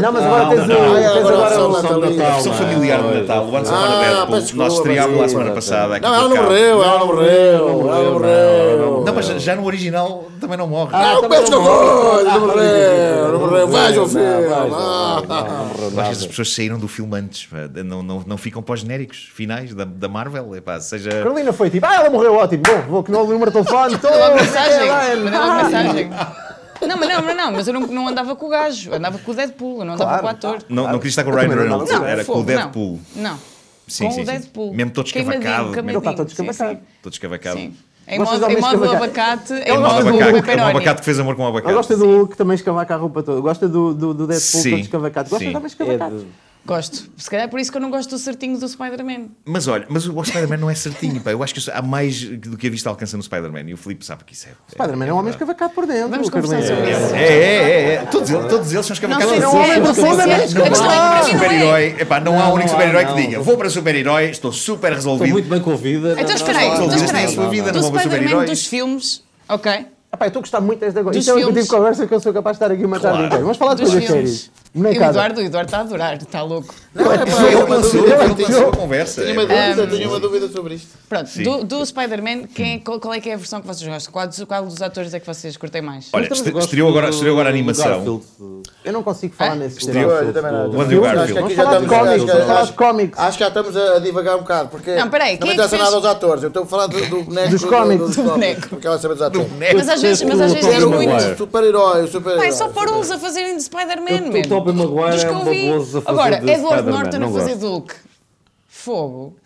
S2: Não, mas agora tens
S3: não,
S2: o.
S3: não.
S2: Tens
S4: Agora
S2: agora
S4: são
S2: o-
S4: Natal.
S1: A versão
S5: Ah,
S1: familiar de Natal, o ano
S4: Ah,
S1: semana Deadpool.
S4: peço desculpa,
S1: Nós estreámos lá a
S3: peço
S1: semana
S3: desculpa.
S1: passada. é aqui
S4: Não, ela
S1: por
S4: não
S1: cá.
S4: morreu, ela não morreu, ela não morreu.
S1: Não, mas já no original também não morre.
S4: Ah, o Pedro morreu, não morreu, não morreu. Vai, João Filho.
S1: Eu acho que as pessoas saíram do filme antes, pá. não, não, não ficam para os genéricos finais da, da Marvel, epá, seja...
S2: Carolina foi tipo, ah, ela morreu, ótimo, bom, vou que não o número de telefone, tô,
S5: Mandava mensagem.
S2: vai, vai,
S4: Ah.
S5: Mandava mensagem. Não, mas não, mas não, mas eu não, não andava com o gajo, andava com o Deadpool, eu não andava
S2: Claro.
S5: com o ator.
S1: Não, não queria estar com o
S2: Eu
S1: Ryan
S2: também não
S1: Reynolds,
S2: dava
S1: era com o
S5: fogo, não.
S1: Deadpool. Sim,
S5: Não. com
S1: sim,
S5: o
S1: sim.
S5: Deadpool.
S1: Mesmo todo
S5: Queimadinho,
S1: escavacado,
S5: queimadinho,
S2: Ele está todo
S5: sim, sim.
S2: escavacado.
S1: Todo escavacado.
S5: Sim. Em
S2: Vocês
S5: modo,
S2: ao
S5: em
S2: menos
S5: modo
S2: escavacado.
S5: abacate, em
S1: É um
S5: modo
S1: abacate, é um
S5: pepperoni.
S1: abacate que fez amor com um
S2: Ela
S1: abacate.
S2: gosta do Hulk também escavaca a roupa toda, gosta do, do, do Deadpool
S1: Sim.
S2: todo escavacado, gosta
S1: Sim.
S2: também escavacado.
S5: Gosto. Se calhar é por isso que eu não gosto do certinho do Spider-Man.
S1: Mas olha, mas o Spider-Man não é certinho, pá. Eu acho que isso- há mais do que a vista alcança no Spider-Man. E o Filipe sabe que isso é...
S2: Spider-Man é um homem escavacado por dentro.
S5: Vamos
S2: Carolina.
S5: conversar sobre isso.
S1: É, é, é, é. Todos, eles, todos eles são
S5: Não
S1: escavacados.
S5: sei
S2: não
S5: se
S2: há
S5: é,
S2: um
S5: não sei se
S2: profundamente
S5: é. A questão é que
S1: há um
S5: para mim não é.
S1: super-herói, epá, não, há
S3: Não,
S1: um único
S3: não há,
S1: super-herói que
S3: não.
S1: diga vou para super-herói, estou super
S3: Estou
S1: resolvido.
S3: muito bem com vida.
S5: Então espera aí,
S1: não,
S5: então
S1: não,
S5: espera aí.
S1: não, não, não.
S5: Do
S1: Não vamos
S5: Spider-Man
S1: super-heróis.
S5: dos filmes, ok?
S2: Ah, pá, eu estou a gostar muito desta coisa.
S5: Dos
S2: Isto é o tipo
S5: filmes.
S2: de conversa que eu sou capaz de estar aqui uma tarde
S1: Claro.
S2: inteira. Vamos falar de
S5: Dos
S2: coisas
S5: filmes.
S2: sérias.
S5: E
S2: é
S5: o
S2: Bonecada.
S5: Eduardo, o Eduardo está a adorar, está louco.
S4: Foi ele que lançou, ele que lançou.
S1: conversa.
S4: Tenho uma dúvida, tenho uma dúvida sobre isto.
S5: Pronto,
S1: Sim.
S5: do, do Spider-Man, quem- qual, qual é que é a versão que vocês gostam? Qual, dos- qual dos atores é que vocês curtem mais?
S1: Olha,
S3: Também
S1: este-
S3: gosto
S1: estreou agora,
S3: do-
S1: estreou agora a
S3: do
S1: animação.
S3: Garfield, do-
S2: Eu não consigo falar nesse
S1: Estreou-
S2: tema.
S4: Eu também não-
S1: O Andrew
S4: Acho tipo que
S1: Garfield.
S4: aqui
S2: Vamos falar
S4: já tá estamos-
S2: de
S4: acho-
S2: cómics, vamos falar de
S4: acho-
S2: cómics.
S4: Acho que já estamos a, a divagar um bocado, porque
S5: Não, peraí,
S4: não me
S5: quem é que
S4: interessa
S5: fez-
S4: nada aos atores, eu estou a falar do, do boneco.
S2: Dos
S4: do-
S2: cómics.
S4: dos cómics,
S5: boneco.
S4: Porque ela sabe dos atores.
S1: É.
S5: Mas às vezes, mas às vezes
S4: Quero
S5: vejo muito.
S3: Maguire.
S4: um super-herói, o super-herói.
S5: Pá, é só pôr uns a fazerem de Spider-Man,
S3: O Tobey
S5: mesmo.
S3: Maguire
S5: Dos que
S3: é
S5: eu
S3: um
S5: vi.
S3: baboso a fazer
S5: Agora,
S3: de
S5: Edward
S3: Spider-Man,
S5: Norton a
S3: não
S5: fazer
S3: gosto.
S5: Duke. Fogo.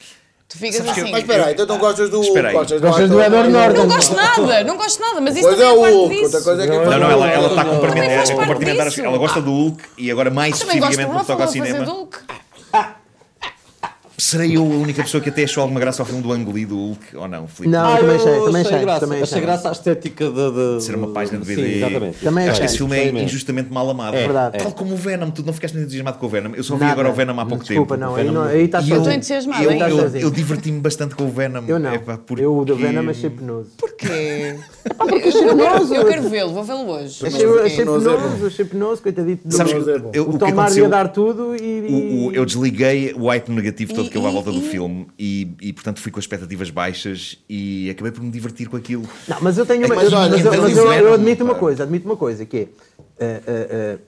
S5: Tu ficas
S1: Sabes que eu-
S5: assim.
S4: Mas espera aí, então não gostas do
S1: Espera aí.
S4: Gostas
S2: Gostas do Edward Norton?
S5: Não gosto nada, não gosto nada, mas isso
S4: Coisa é
S5: também é
S4: o
S5: parte
S4: Hulk, outra
S5: disso.
S4: coisa é que
S1: Não, não, ela, ela está a
S5: Também
S1: compartimentar,
S5: faz
S1: a
S5: parte
S1: compartimentar as-
S5: disso.
S1: Ela gosta do Hulk e agora mais
S5: Também gosto do
S1: especificamente no que
S5: Ruffalo
S1: toca
S5: a
S1: ao
S5: fazer
S1: cinema.
S5: Duke.
S1: Serei eu a única pessoa que até achou alguma graça ao filme do Ang Lee do Hulk ou não, Filipe?
S2: Não, também achei, também achei,
S3: graça,
S2: também
S3: achei
S2: achei.
S3: graça à estética da. da-
S1: Ser uma página de
S3: Sim,
S1: BD.
S3: exatamente.
S2: Também
S1: Acho que esse
S2: achei.
S1: filme é
S3: Exatamente.
S1: injustamente mal amado.
S3: É,
S2: Verdade.
S1: Tal como o Venom, tu não ficaste nem entusiasmado com o Venom. Eu só vi
S2: Nada.
S1: agora o Venom há pouco
S2: Desculpa,
S1: tempo.
S2: não, aí não, aí tá está
S1: E eu-
S5: Estou
S2: sozinho.
S1: eu,
S5: entusiasmado, hein?
S1: eu,
S2: Estás
S1: eu
S2: sozinho.
S1: diverti-me bastante com o Venom.
S2: tá Eu não.
S1: Epá, porque-
S2: Eu o do Venom achei penoso.
S5: Porquê? Eu, quero- eu quero vê-lo, vou vê-lo hoje.
S2: Achei, achei
S4: Penoso é
S2: penoso, achei penoso, coitadito do
S1: Sabes,
S4: Mas é bom.
S1: eu-
S2: o
S1: o que
S2: Tom Hardy
S1: aconteceu...
S2: a dar tudo e.
S1: O- o- eu desliguei o hype negativo todo
S5: E-
S1: que houve à volta do
S5: e-
S1: filme e, e, portanto, fui com expectativas baixas e acabei por me divertir com aquilo.
S2: Não, mas eu tenho uma.
S1: É que
S2: Mas,
S1: olha,
S2: mas eu,
S1: então
S2: mas eu-
S1: fizeram,
S2: eu admito uma
S1: pá.
S2: coisa, admito uma coisa, que é eh, eh, eh,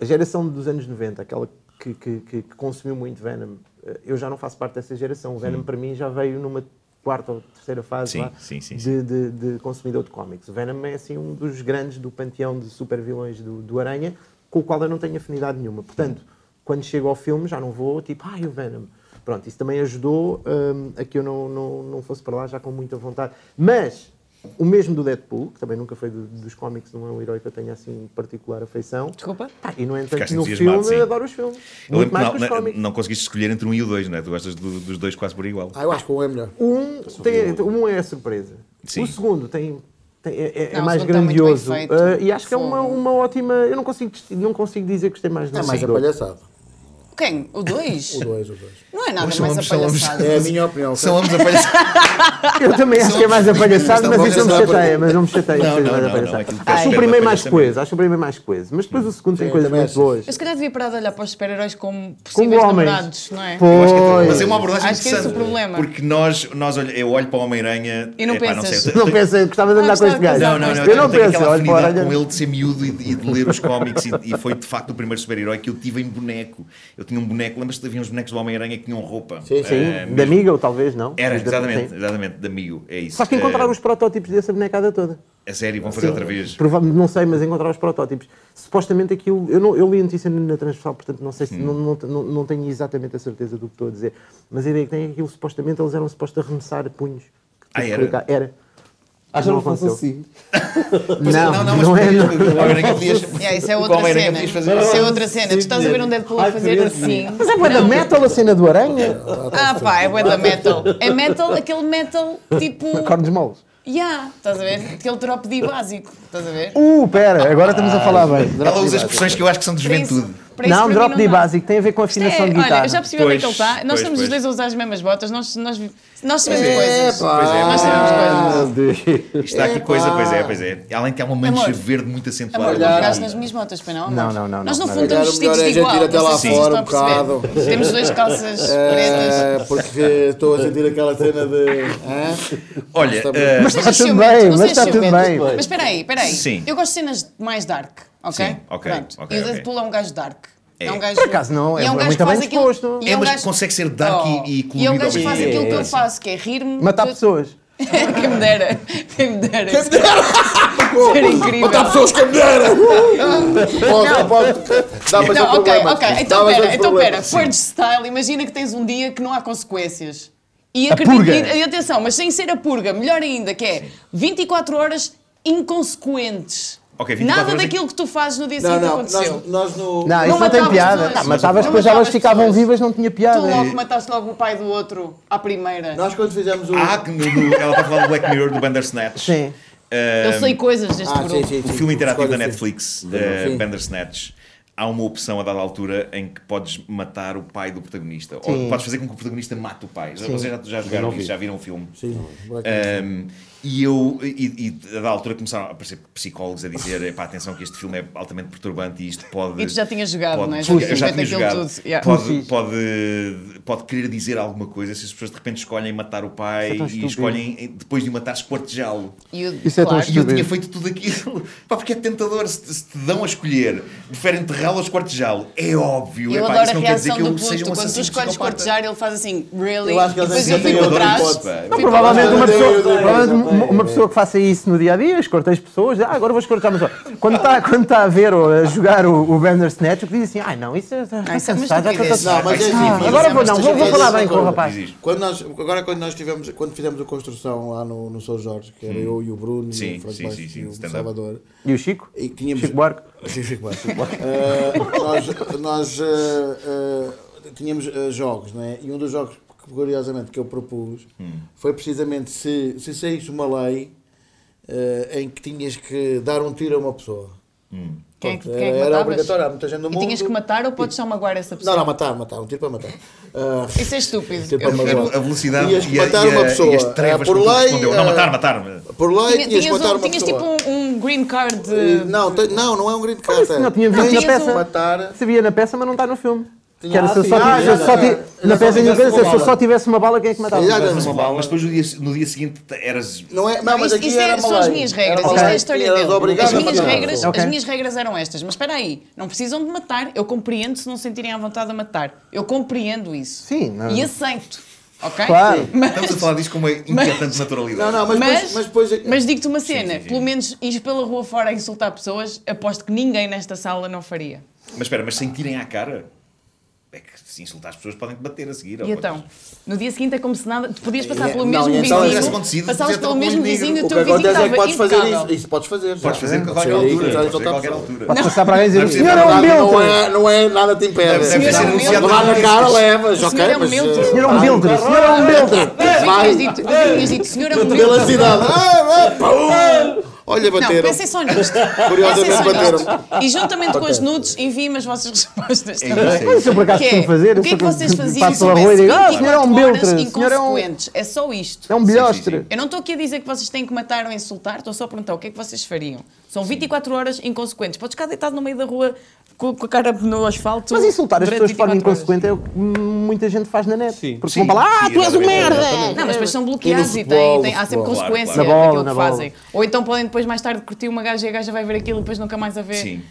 S2: a geração dos anos 90, aquela que, que- que- que consumiu muito Venom, eh, eu já não faço parte dessa geração. O Venom para mim já veio numa quarta ou terceira fase
S1: Sim,
S2: lá,
S1: sim, sim,
S2: de, de- de consumidor de cómics. O Venom é assim um dos grandes do panteão de supervilões do, do Aranha, com o qual eu não tenho afinidade nenhuma. Portanto, quando chego ao filme já não vou tipo, ai o Venom. Pronto, isso também ajudou hum, a que eu não, não, não fosse para lá já com muita vontade. Mas o mesmo do Deadpool, que também nunca foi do- dos cómics, não é um herói que eu tenha assim particular afeição.
S5: Desculpa?
S2: Pá, e no entanto,
S1: Ficaste
S2: no
S1: entusiasmado,
S2: filme,
S1: sim.
S2: adoro os filmes.
S1: Eu
S2: Muito
S1: lembro
S2: mais
S1: que
S2: que
S1: não,
S2: os
S1: não,
S2: cómics.
S1: não conseguiste escolher entre um e o dois, não é? Tu gostas do- dos dois quase por igual.
S4: Ah, eu acho que o é melhor.
S2: Um, tem, um é a surpresa.
S1: Tá Sim.
S2: O segundo tem, tem- é, é- é
S5: Não, o
S2: mais
S5: segundo tá muito bem
S2: grandioso.
S5: feito.
S2: Ah, e acho que é uma,
S5: Fogo.
S2: uma ótima. Eu não consigo, desti- não consigo dizer que gostei mais do
S4: É mais a
S2: segundo.
S4: palhaçada.
S5: Quem? O 2?
S4: O dois, o dois.
S5: Não é nada
S1: Hoje
S5: mais
S1: falamos- falamos-
S5: apalhaçado.
S4: É a minha opinião.
S1: São ambos a
S2: Eu também acho que é mais apalhaçado, mas
S4: Não,
S2: isso não
S4: não,
S2: me
S4: não,
S2: chateia, mas não me chateia.
S1: Não,
S2: que
S1: não,
S2: seja mais
S1: não, não,
S2: apalhaçado.
S1: aquilo que eu
S2: Acho o
S1: espero
S2: primeiro
S1: da
S2: mais
S1: palhaçada.
S2: coisa, acho o primeiro mais coisa. Mas depois o segundo tem
S4: Sim,
S2: coisas
S4: também
S2: muito
S4: acho.
S2: boas.
S5: Eu se calhar devia parar de olhar para os super-heróis como
S2: Como
S5: possíveis
S2: homens.
S5: namorados, não é?
S1: Mas é
S2: Pois.
S1: uma abordagem
S5: Acho que esse é
S1: interessante.
S5: o problema.
S1: Porque nós, nós olha- eu olho para o Homem-Aranha
S5: E não
S1: epá,
S5: pensas.
S1: sei,
S2: [laughs] Não
S1: tenho-
S2: pensei, gostava de
S5: Ah,
S2: andar com
S5: gostava
S2: este
S5: de
S2: gajo.
S5: pensar
S1: Não, não, não,
S2: Eu não
S1: tenho
S2: penso,
S1: aquela
S2: olha para
S1: afinidade
S2: olha.
S1: com ele de ser miúdo e de, e de ler os cómics e, e foi de facto o primeiro super-herói que eu tive em boneco. Eu tinha um boneco, lembras-te que havia uns bonecos do Homem-Aranha que tinham roupa?
S4: Sim, sim.
S1: Eh,
S2: Sim, de amiga ou talvez não.
S1: Era,
S2: Mas de-
S1: exatamente,
S2: sim.
S1: exatamente, de amigo, é isso.
S2: Só que
S1: Eh,
S2: encontraram os protótipos dessa bonecada toda.
S1: É sério, vão fazer outra vez.
S2: Provavelmente, não sei, mas encontrar os protótipos. Supostamente aquilo. Eu, não, eu li a notícia na transversal, portanto não sei se. Não, não, não, não tenho exatamente a certeza do que estou a dizer. Mas a ideia que tem é que aquilo, supostamente, eles eram supostos arremessar punhos.
S1: Ah, era?
S2: Explicar- Era.
S3: Ah, já não
S2: Não
S3: faço
S2: aconteceu.
S3: assim.
S2: Não, não é.
S1: [laughs] podias- o
S2: não. [laughs]
S1: Homem-Aranha podias-
S5: Yeah, isso é
S1: o
S5: outra
S1: Homem-Aranha
S5: cena.
S1: podias
S5: Isso
S1: fazer-
S5: é outra cena. Tu estás a ver um Deadpool a
S3: Ai,
S5: fazer
S3: querido.
S5: assim.
S2: Mas é boa da metal a cena do aranha?
S5: Ah pá, é bué da metal. É metal, aquele metal tipo...
S2: Cornos moles.
S5: Yeah, estás a ver? Aquele drop D básico, estás a ver?
S2: Uh, pera, agora estamos a falar bem.
S1: Ela usa expressões que eu acho que são de
S5: Para isso-
S1: juventude.
S5: para isso
S2: Não,
S5: para
S2: drop
S5: mim
S2: de
S5: dá.
S2: básico, tem a ver com
S5: Isto é-
S2: afinação de
S5: olha,
S2: guitarra.
S5: eu já percebi onde é que ele
S1: Pois,
S5: está. Nós
S1: pois,
S5: estamos os
S1: pois.
S5: dois a usar as mesmas botas, nós, nós, nós sabemos
S4: É,
S5: coisas. Nós
S4: pá.
S5: sabemos coisas.
S1: é, Está aqui coisa, pois é, pois é. Além de que há uma mancha
S5: Ah. Amor.
S1: verde muito acentuada.
S5: Amor, tu
S1: Olha,
S5: pegaste nas minhas botas, pois não? amor?
S2: Não, não, não,
S5: Nós
S2: não,
S5: no
S2: não.
S5: fundo
S4: Calhar
S5: estamos
S4: o melhor
S5: vestidos
S4: é a
S5: de
S4: gente
S5: igual.
S4: ir até
S5: não
S4: lá
S5: sei se vocês
S4: fora
S5: estão a
S4: um
S5: perceber. Temos duas calças
S4: [laughs]
S5: pretas.
S4: É, porque estou a sentir aquela cena de. hã?
S1: Olha,
S4: Mas
S1: eh,
S5: Mas
S2: está
S5: sejas
S2: tudo
S5: ciumento,
S2: bem,
S5: não
S2: mas está
S5: sejas
S2: tudo
S5: ciumento.
S2: bem.
S5: Mas espera aí, espera aí.
S1: Sim.
S5: Eu gosto de cenas mais dark, ok?
S1: Sim, ok,
S5: Pronto.
S1: ok,
S5: E o
S1: ok.
S5: Deadpool é um gajo dark. É, um gajo.
S2: Por acaso não,
S5: e
S2: é
S5: um gajo
S2: muito
S5: que
S2: bem
S5: faz aquilo-
S2: disposto.
S5: e um
S1: É, mas
S5: gajo-
S1: consegue ser dark e- e
S5: E é
S1: colorido
S5: um gajo
S1: ao
S5: que faz
S1: mesmo
S5: aquilo que eu
S1: tempo.
S5: faço, que é rir-me.
S2: Matar
S5: de-
S2: pessoas.
S5: [laughs] Quem me dera. Quem me dera. Quem me
S4: Pô,
S5: incrível.
S4: Matar pessoas que me deram! Pode, pode. Dá para ser
S5: Não,
S4: um
S5: ok,
S4: problema.
S5: ok.
S4: Dá
S5: Então
S4: para ser
S5: pera,
S4: um
S5: então
S4: problema.
S5: pera. Purge style, imagina que tens um dia que não há consequências. E, acredito-
S2: purga.
S5: e- e atenção, mas sem ser a purga, melhor ainda, que é 24 horas inconsequentes.
S1: Ok, 24
S5: Nada
S1: horas em-
S5: daquilo que tu fazes no dia
S4: Não,
S5: seguinte
S4: não,
S5: aconteceu.
S4: nós, nós no.
S2: Não, isso não
S5: matavas
S2: tem piada.
S5: pessoas.
S2: Não, matavas,
S5: Não
S2: depois elas
S5: matavas
S2: ficavam
S5: pessoas.
S2: vivas, não tinha piada.
S5: Tu logo mataste logo o pai do outro à primeira.
S4: Nós quando fizemos o.
S1: Ah, que no, no- ela está a falar do Black Mirror, do Bandersnatch.
S2: Sim.
S5: Eu sei coisas deste
S4: Ah,
S5: grupo.
S4: sim, sim,
S1: O
S4: sim.
S1: filme interativo da
S4: Escolhe o filme.
S1: Netflix,
S4: Sim.
S1: eh, Bandersnatch, há uma opção a dada altura em que podes matar o pai do protagonista. Ou
S2: Sim.
S1: podes fazer com que o protagonista mate o pai. Já- Vocês já, já jogaram isso, já viram o filme.
S4: Sim.
S1: Um, e eu, e, e a dada altura começaram a aparecer psicólogos a dizer: "Epá, atenção, que este filme é altamente perturbante e isto pode.
S5: E tu já tinhas jogado,
S1: pode,
S5: não é? Já
S1: Eu
S5: tinhas
S1: já
S5: feito
S1: tinha
S5: aquilo
S1: jogado.
S5: tudo, yeah.
S1: Pode, pode, pode querer dizer alguma coisa se as pessoas de repente escolhem matar o pai
S2: Isso é tão
S1: e
S2: estúpido.
S1: escolhem, depois de o matar, esquartejá-lo.
S5: E o-
S2: Isso é tão
S1: E
S5: claro,
S1: eu
S2: estúpido.
S1: tinha feito tudo aquilo. [laughs] Pá, porque é tentador. Se te, se te dão a escolher, prefere enterrá-lo ou esquartejá-lo. É óbvio.
S5: Eu
S1: Epá,
S5: adoro
S1: isso
S5: a
S1: não quer dizer
S5: reação
S1: que eu
S5: do
S1: seja
S5: Pusto.
S1: um
S5: Quando tu
S1: assassino
S5: escolhes
S1: psicopata.
S5: cortejar, ele faz assim, really?
S3: Eu acho que
S5: e
S3: eles
S5: depois
S3: já
S5: eu
S3: têm
S5: fico
S3: outra
S5: atrás.
S1: hipótese, pá. Não,
S5: Fico
S2: Provavelmente uma
S5: atrás.
S4: Eu
S2: pessoa,
S4: dei, eu dei,
S2: provavelmente
S3: eu dei.
S2: uma- uma pessoa que faça isso no dia a dia, escortei as pessoas, ah, agora vou escortar, mas ó, quando está quando tá a ver ou a jogar o, o Bandersnatch, o que diz assim, ai não, isso é.
S5: Ah, isso é uma
S2: já estou-
S5: estupidez.
S4: Não, mas é
S1: Ah,
S4: assim,
S2: agora
S4: é
S2: vou-
S4: uma
S2: não, vou- vou
S4: estupidez.
S2: falar bem com o rapaz.
S1: Existe.
S4: Quando nós, agora quando nós tivemos, quando fizemos a construção lá no, no São Jorge, que era eu e o Bruno e
S1: Sim,
S4: o Franco
S1: sim,
S4: Bastos
S1: sim, sim,
S4: e o
S1: stand-up.
S4: Salvador,
S2: E o Chico?
S4: e tínhamos...
S2: Chico Buarque?
S4: [laughs] Sim, Chico Buarque, Chico Buarque. Eh, nós nós eh, eh, tínhamos eh, jogos, não é? E um dos jogos, que, curiosamente, que eu propus
S1: Hum.
S4: foi precisamente se, se saísse uma lei eh, em que tinhas que dar um tiro a uma pessoa.
S5: Quem é que-
S4: Pronto,
S5: quem é que
S4: era
S5: matavas?
S4: obrigatório, há muita gente no
S5: E
S4: mundo.
S5: tinhas que matar ou podes só magoar essa
S4: Não,
S5: pessoa?
S4: não, matar, matar, um tiro para
S5: [laughs]
S4: matar. Ah,
S5: Isso é estúpido.
S4: Tiro para
S5: Eu-
S4: matar.
S1: A velocidade
S4: Tinhas que
S1: e, a,
S4: matar
S1: e, a,
S4: uma pessoa.
S1: e as trevas
S4: Ah, por
S1: com que
S4: lei,
S1: respondeu. Não,
S4: ah,
S1: matar, matar.
S4: por lei, tinhas,
S5: Tinha-
S4: que
S5: Tinhas,
S4: matar
S5: um,
S4: uma
S5: tinhas
S4: pessoa.
S5: tipo um, um green card
S4: E-
S5: de...
S4: Não, tem- não, não é um grito de carta.
S2: Não tínhamos
S5: Não
S2: visto na
S5: tinhas
S2: peça.
S5: um-
S4: Matar.
S2: Se via na peça, mas não está no filme. Que era
S3: Ah,
S2: se eu
S3: sim.
S2: só
S3: Ah, já,
S2: tivesse- se eu só
S3: já,
S2: ti-
S4: já.
S2: Na
S4: Eu só
S2: peça,
S4: tivesse
S2: ninguém- se
S4: uma
S2: eu só
S4: bala.
S2: tivesse uma bala, quem é que matava?
S4: Exatamente.
S1: Mas, mas depois no dia, no dia seguinte eras.
S4: Não é, não, mas
S5: isto
S4: aqui
S5: isto é-
S4: era uma
S5: são as
S4: lei.
S5: minhas
S4: Era
S5: regras,
S4: uma
S5: isto é a
S4: lei.
S5: história
S4: Eras
S5: dele.
S4: obrigado
S5: As
S4: a
S5: minhas,
S4: matar.
S5: regras,
S2: Ok.
S5: as minhas regras eram estas. Mas espera aí, não precisam de matar. Eu compreendo se não sentirem à vontade a matar. Eu compreendo isso.
S2: Sim, não-
S5: E aceito. Ok?
S2: Claro.
S1: Estamos a falar disto com uma inquietante naturalidade.
S4: Não, não, mas,
S5: Mas,
S4: depois- mas depois.
S5: mas digo-te uma cena,
S1: sim, sim.
S5: pelo menos ir pela rua fora a insultar pessoas, aposto que ninguém nesta sala não faria.
S1: Mas espera, mas sentirem à cara. É que se insultar as pessoas podem te bater a seguir. ou
S5: E então, no dia seguinte é como se nada. Tu podias passar
S4: É,
S5: pelo
S4: não,
S5: mesmo
S4: e então
S1: tivesse
S5: vizinho.
S1: acontecido,
S5: Passavas
S1: dizia-te
S5: pelo
S1: com
S5: mesmo
S1: um negro.
S5: vizinho e o
S4: O que
S5: teu vizinho
S4: acontece é
S5: estava
S4: que podes fazer
S5: impecável.
S4: isso. Isso podes fazer.
S1: Podes
S4: já.
S1: fazer a qualquer
S4: Sim,
S1: altura.
S4: já,
S1: Podes
S4: já
S1: fazer a
S4: está-
S1: qualquer altura.
S2: Podes passar para alguém e dizer,
S1: Não
S2: o
S1: é preciso
S2: senhor é um
S1: matar,
S4: Não
S2: belter.
S4: é, não é nada te impede.
S1: Deve- deve
S5: ser anunciado
S4: Lá na
S1: nas
S4: cara
S1: listas.
S4: levas,
S5: O
S4: ok?
S5: senhor é um
S4: Mas.
S5: neutro.
S4: eh,
S2: Senhor é um builder, senhor é um builder.
S5: Tu tinhas
S4: Vai.
S5: dito, tu tinhas dito, senhor, é um
S4: Pela
S5: meu-
S4: cidade. Ah, ah, pum. Olha,
S5: Não,
S4: bateram.
S5: pensem só nisto. Pensem
S4: Curiosamente
S5: só nisto.
S4: bateram.
S5: E juntamente com os nudes, enviem-me as vossas [laughs] respostas.
S1: É isso, é
S2: Mas
S1: isso.
S2: [laughs] isso eu por acaso
S5: Que é,
S2: costumo fazer.
S5: O que é
S2: eu
S5: que
S2: sou-
S5: vocês faziam
S2: Passo
S5: se eu
S2: pela rua e digo, ah, o senhor é um
S5: 24 horas
S2: beltre. O senhor é um...
S5: inconsequentes? É só isto.
S2: É um
S1: Sim,
S2: bilhostre.
S5: Eu não estou aqui a dizer que vocês têm que matar ou insultar, estou só a perguntar o que é que vocês fariam. São 24 horas inconsequentes. Podes ficar deitado no meio da rua com, com a cara no asfalto.
S2: Mas insultar as
S5: durante
S2: pessoas de forma
S5: 24 horas.
S2: inconsequente é o que muita gente faz na net.
S3: Sim.
S2: Porque
S1: Sim,
S2: vão para lá, ah,
S1: sim,
S2: tu és um
S1: exatamente,
S2: merda!
S1: exatamente.
S5: Não, mas depois são bloqueados
S4: E no
S5: e, têm,
S4: futebol,
S5: têm- há sempre
S4: futebol,
S5: consequência
S1: claro,
S2: claro. Na
S5: daquilo
S2: bola,
S5: que
S2: na
S5: fazem. Ou então podem depois mais tarde curtir uma gaja e a gaja vai ver aquilo e depois nunca mais a ver.
S1: Sim.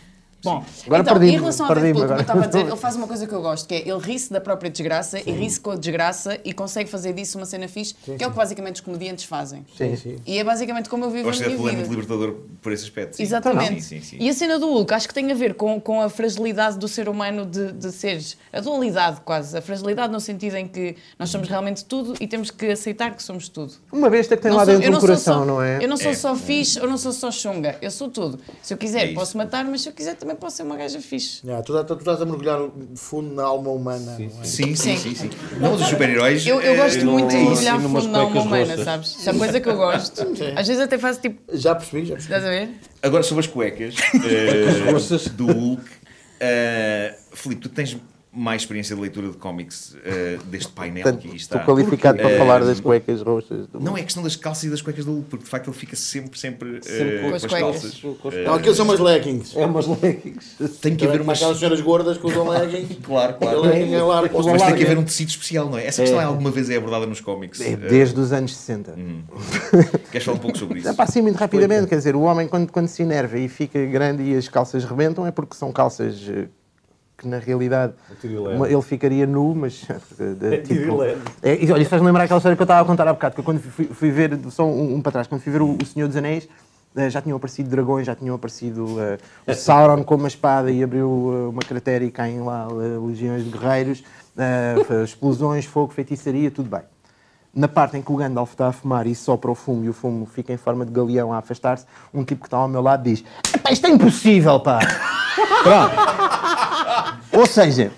S5: Bom,
S2: Agora
S5: então,
S2: perdi-me,
S5: em relação ao
S2: perdi-me
S5: Deadpool, como eu
S2: agora.
S5: estava a dizer, ele faz uma coisa que eu gosto, que é ele ri-se da própria desgraça e ri-se com a desgraça e consegue fazer disso uma cena fixe, que é o que basicamente os comediantes fazem.
S2: [laughs] Sim, sim.
S5: E é basicamente como eu vivo
S1: Gosto
S5: a
S1: de
S5: minha
S1: muito
S5: vida.
S1: libertador por esse aspecto. sim.
S5: Exatamente.
S1: Sim, sim, sim.
S5: E a cena do Hulk, acho que tem a ver com, com a fragilidade do ser humano de, de seres. A dualidade, quase. A fragilidade no sentido em que nós somos realmente tudo e temos que aceitar que somos tudo.
S2: Uma besta que tem
S5: Não
S2: lá
S5: sou- eu
S2: dentro
S5: não
S2: do
S5: sou
S2: coração,
S5: só-
S2: não é?
S5: Eu não sou
S1: É.
S5: só fixe, eu não sou só chunga. Eu sou tudo. Se eu
S1: É
S5: quiser,
S1: isso.
S5: posso matar, mas se eu quiser também posso ser uma gaja fixe.
S4: Yeah, É, tu, tu estás a mergulhar fundo na alma humana. não é?
S1: Sim, sim,
S5: Sim.
S1: sim, sim. Não, mas os super-heróis.
S5: Eu, eu
S1: eh,
S5: gosto
S1: não-
S5: muito de
S1: é isso.
S5: mergulhar
S3: E numas
S5: fundo na alma
S3: cuecas
S5: humana,
S3: roxas.
S5: sabes? Isso é coisa que eu gosto.
S3: [laughs]
S5: Às vezes até faço tipo,
S4: Já percebi, já percebi.
S5: estás a ver?
S1: Agora sobre as cuecas eh,
S3: russas.
S1: do Hulk. eh, Filipe, tu tens mais experiência de leitura de cómics eh, deste painel que aqui está. é
S2: Estou qualificado para falar das cuecas roxas. do-
S1: Não é questão das calças e das cuecas do Hulk, porque de facto ele fica sempre, sempre, eh,
S3: Sempre com
S1: com
S5: as
S1: as
S5: cuecas.
S1: calças.
S4: Não, aquilo são umas leggings.
S3: É umas leggings.
S1: Tem que
S4: Para
S1: haver umas.
S4: Aquelas senhoras gordas que usam leggings.
S1: [laughs] Claro, claro.
S4: Legging é largo.
S1: Mas tem que haver um tecido especial, não é? Essa questão alguma vez é Hum. abordada nos cómics.
S2: É
S1: Eh,
S2: desde os anos 60.
S1: Queres falar um pouco sobre isso?
S2: Pá, assim, muito rapidamente, quer dizer, o homem quando, quando se enerva e fica grande e as calças rebentam é porque são calças eh, que na realidade
S3: Antirilene.
S2: uma- ele ficaria nu, mas. [laughs] eh, tipo,
S3: Antirilene.
S2: é, e, olha, isso faz-me lembrar aquela história que eu estava a contar há bocado, que eu quando fui, fui ver, só um, um para trás, quando fui ver o, o Senhor dos Anéis. eh, Já tinham aparecido dragões, já tinham aparecido eh, o Sauron com uma espada e abriu eh, uma cratera e caem lá eh, legiões de guerreiros, eh, explosões, fogo, feitiçaria, tudo bem. Na parte em que o Gandalf está a fumar e sopra o fumo e o fumo fica em forma de galeão a afastar-se, um tipo que está ao meu lado diz: "Epá, Isto é impossível, pá! Pronto. Ou seja,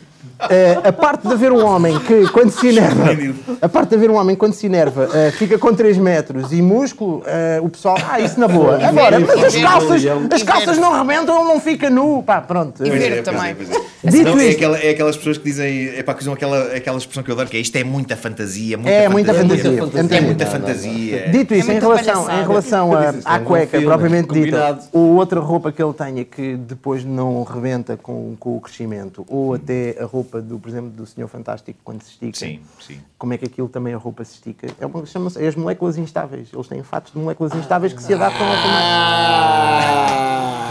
S2: eh, a parte de haver um homem que, quando se enerva,
S1: Esplêndido.
S2: a parte de haver um homem que, quando se enerva, eh, fica com 3 metros e músculo, eh, o pessoal, ah, isso é na boa. Agora, mas as calças, as calças não rebentam, ele não fica nu. Pá, pronto.
S5: E
S1: Pois
S5: ver
S1: é, pois
S5: também.
S1: é, pois é.
S2: Dito
S1: Não, é,
S2: isto-
S1: aquela- é aquelas pessoas que dizem, é pá, que usam aquela, aquela expressão que eu adoro, que é isto é muita fantasia, muita
S2: É muita
S1: fantasia.
S2: fantasia,
S1: É
S2: entendi.
S1: muita
S3: Não, não, não.
S1: fantasia.
S2: Dito
S5: É
S2: isso, em
S5: muita
S2: relação,
S5: palhaçada.
S2: em relação
S3: Eu
S2: a,
S3: disse isto,
S2: à
S3: é um
S2: cueca
S3: filme,
S2: propriamente dita,
S3: combinado.
S2: ou outra roupa que ele tenha que depois não rebenta com, com o crescimento, ou até a roupa, do, por exemplo, do Senhor Fantástico quando se estica.
S1: Sim, sim.
S2: Como é que aquilo também a roupa se estica? É uma, chama-se é as moléculas instáveis. Eles têm fatos de moléculas instáveis que se adaptam ao
S3: Ah,
S2: tamanho.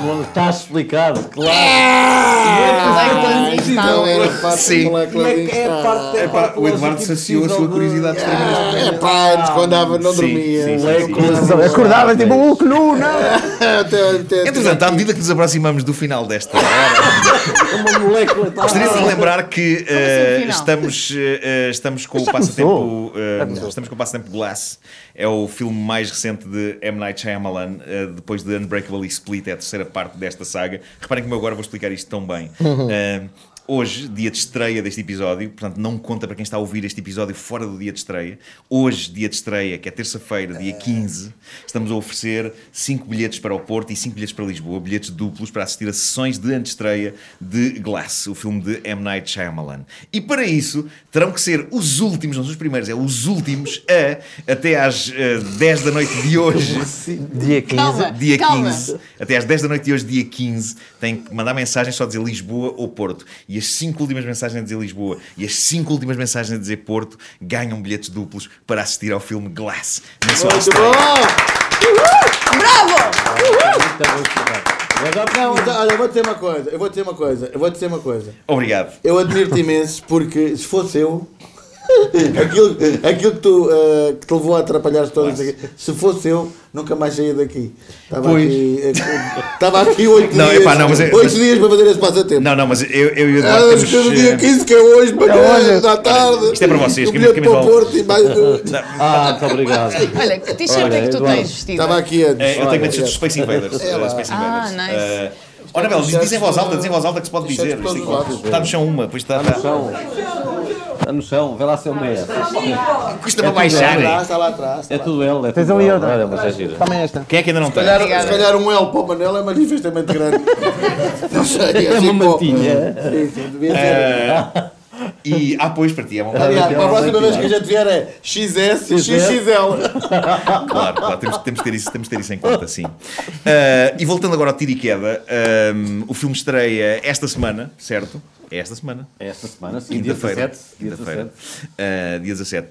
S3: Não está explicado, claro. Ah,
S5: Tipo, Moléculas
S4: Então
S5: instáveis.
S4: era fácil
S1: Sim.
S4: moléculas instáveis.
S1: É pá, o Eduardo saciou a sua curiosidade extrema neste momento.
S4: É pá, antes quando andava não
S1: Sim,
S4: dormia.
S1: sim, sim,
S3: É,
S4: Não
S1: sim.
S4: comia.
S2: Acordava tipo, uh, que nu, não!
S4: [laughs] Até- até-
S1: Entretanto, à medida que nos aproximamos do final desta hora,
S2: é
S3: [laughs] Uma molécula. tá?
S1: gostaria de lembrar que eh,
S5: o final?
S1: estamos, eh, estamos com
S2: Mas
S1: o
S2: já
S1: passatempo.
S2: começou.
S1: eh, estamos com o passatempo Glass. É o filme mais recente de M. Night Shyamalan, eh, depois de Unbreakable e Split, é a terceira parte desta saga. Reparem como eu agora vou explicar isto tão bem.
S2: [laughs]
S1: Eh, Hoje, dia de estreia deste episódio, portanto, não conta para quem está a ouvir este episódio fora do dia de estreia. Hoje, dia de estreia, que é terça-feira, dia 15, estamos a oferecer 5 bilhetes para o Porto e 5 bilhetes para Lisboa, bilhetes duplos para assistir a sessões de antestreia de Glass, o filme de M. Night Shyamalan. E para isso, terão que ser os últimos, não os primeiros, é os últimos a, até às eh, 10 da noite de hoje,
S2: Dia 15.
S5: Calma,
S1: dia
S5: calma.
S1: 15, até às 10 da noite de hoje, dia 15, têm que mandar mensagem só a dizer Lisboa ou Porto. E as 5 últimas mensagens a dizer Lisboa e as 5 últimas mensagens a dizer Porto ganham bilhetes duplos para assistir ao filme Glass. Na sua
S4: Muito
S1: estreia.
S4: bom!
S5: Bravo!
S3: é
S4: Não, então, olha, eu vou dizer uma coisa, eu vou dizer uma coisa, eu vou dizer uma coisa.
S1: Obrigado.
S4: Eu admiro-te imenso porque se fosse eu, aquilo, aquilo que, tu, eh, que te levou a atrapalhar todos aqui, se fosse eu, nunca mais saía daqui. Estava
S1: Pois.
S4: aqui, eh, estava aqui oito
S1: Não,
S4: dias,
S1: epá, não, mas é-
S4: oito
S1: mas-
S4: dias para fazer esse passatempo.
S1: Não, não, mas eu, eu e o
S4: Ah,
S1: Eduardo temos...
S4: mas que no dia
S1: eh,
S4: 15, que é hoje, manhã,
S2: hoje.
S4: à tá tarde.
S1: Isto é para vocês,
S4: Um
S1: que é
S4: bilhete
S1: muito
S4: para o
S1: camisola.
S4: Porto e mais.
S3: Ah, muito obrigado.
S5: Olha, que t-shirt é que tu
S3: Eduardo.
S5: tens vestido?
S4: Estava aqui antes.
S1: eh, eu tenho medo de Space Invaders. eh,
S4: lá.
S1: Space
S5: Ah,
S1: Invaders.
S5: nice.
S1: Eh, Ora, Bel, diz em voz alta, diz em voz alta que se pode
S4: Deixa
S1: dizer.
S4: é de todos
S1: Isto
S4: os
S1: aqui-
S4: lados.
S1: Está no chão uma, pois está.
S3: Está no
S1: está-
S3: chão. Está Então, tá no chão, vê lá seu meia.
S1: Custa para baixar.
S4: Está lá,
S1: eh.
S4: está lá atrás.
S3: É tudo ela, é
S2: Tens
S3: tudo
S2: ali
S3: ela. Olha,
S2: outra.
S3: mas é gira.
S2: Também esta.
S1: Quem é que ainda não tem?
S4: Se calhar-
S5: Obrigada.
S4: Se calhar um L para o Manel é manifestamente grande. [laughs] Não sei,
S3: É
S4: assim,
S3: uma
S4: pô.
S3: matilha.
S4: Sim, sim,
S1: É.
S4: devia ser.
S1: Eh, E, ah, pois, para ti é vontade.
S4: Aliás, Tá para a próxima
S3: matilha.
S4: vez que a gente vier é XS e
S3: XS.
S4: XXL.
S1: Claro, claro, temos, temos de ter isso, temos de ter isso em conta, sim. Ah, e voltando agora ao Tiro e Queda, ahm, o filme estreia esta semana, certo? É esta semana.
S3: É esta semana, sim, dia
S1: Quinta-feira.
S3: 17. Dia
S1: Quinta-feira.
S3: 17.
S1: Ah, dia 17.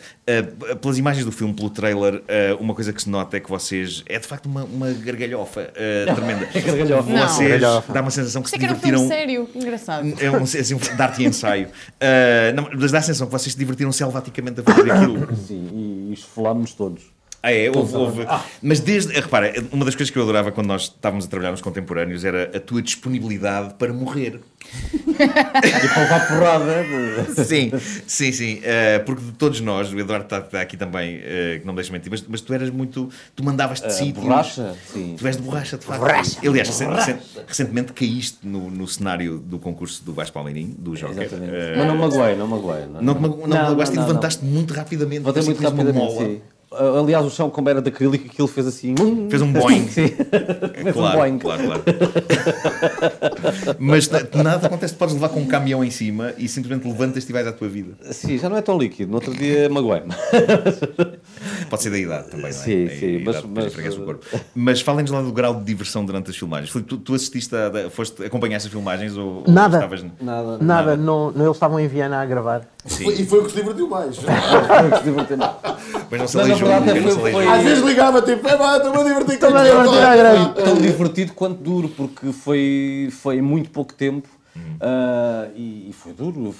S1: Ah, pelas imagens do filme, pelo trailer, ah, uma coisa que se nota é que vocês. É de facto uma, uma gargalhofa
S3: [laughs]
S1: ah, tremenda.
S3: É Gargalhofa.
S5: Não.
S1: Vocês.
S2: Gargalhofa.
S1: Dá uma sensação que
S5: Isso
S1: se
S5: é que era um filme
S1: divertiram.
S5: sério. Engraçado.
S1: É um, assim, um dar-te ensaio. Ah, não, mas dá a sensação que vocês se divertiram selvaticamente a fazer
S3: [laughs]
S1: aquilo.
S3: Sim, e, e esfolámos-nos todos.
S1: Ah, é,
S3: Então, tá
S1: houve. houve. Mas desde. eh, Repara, uma das coisas que eu adorava quando nós estávamos a trabalhar nos contemporâneos era a tua disponibilidade para morrer.
S3: [laughs] E para levar porrada. né? de-
S1: Sim, sim, sim. eh, porque de todos nós, o Eduardo está está aqui também, eh, que não me deixa mentir, mas, mas tu eras muito. Tu mandavas de sítios.
S3: Eh, borracha? Sim.
S1: Tu és de borracha, de facto. Aliás, recen- recen- recentemente caíste no, no cenário do concurso do Vasco Palmeirinho, do Joker.
S3: Exatamente.
S1: Eh,
S3: Mas não me magoei, não me magoei.
S1: não te mago- não te
S3: Não,
S1: magoaste e
S3: não, não.
S1: levantaste muito rapidamente.
S3: Voltei
S1: assim,
S3: muito
S1: tinhas uma
S3: rapidamente,
S1: mola.
S3: sim. Ah, Aliás, o chão, como era de acrílico, aquilo fez assim. hum,
S1: Fez um boing.
S3: [laughs] Sim.
S1: É,
S3: Fez um
S1: Claro,
S3: boing.
S1: claro, claro. [laughs] Mas na- nada acontece, tu podes levar com um caminhão em cima e simplesmente levantas-te e vais à tua vida.
S3: Sim, já não é tão líquido. No outro dia magoei-me.
S1: Pode ser da idade também, não é?
S3: Sim,
S1: A idade
S3: sim, mas- eh,
S1: depois
S3: mas-
S1: enfraquece o corpo. Mas falem-nos lá do grau de diversão durante as filmagens. Filipe, tu, tu assististe, a, da- foste, acompanhaste as filmagens ou, ou
S2: Nada.
S1: estavas...
S3: Nada.
S2: Nada, não, não, eles estavam em Viana a gravar.
S4: E foi o que se divertiu mais.
S3: Foi que se divertiu mais.
S1: Mas não se
S3: Não, na
S1: aleijou
S3: verdade,
S1: nunca, não se
S3: foi-
S1: aleijou.
S3: foi-
S4: Às vezes ligava tipo, é pá, estou-me a divertir com
S2: Estou-me a divertir à grande.
S3: Tão divertido quanto duro, porque foi, foi em muito pouco tempo ah, e, e foi duro.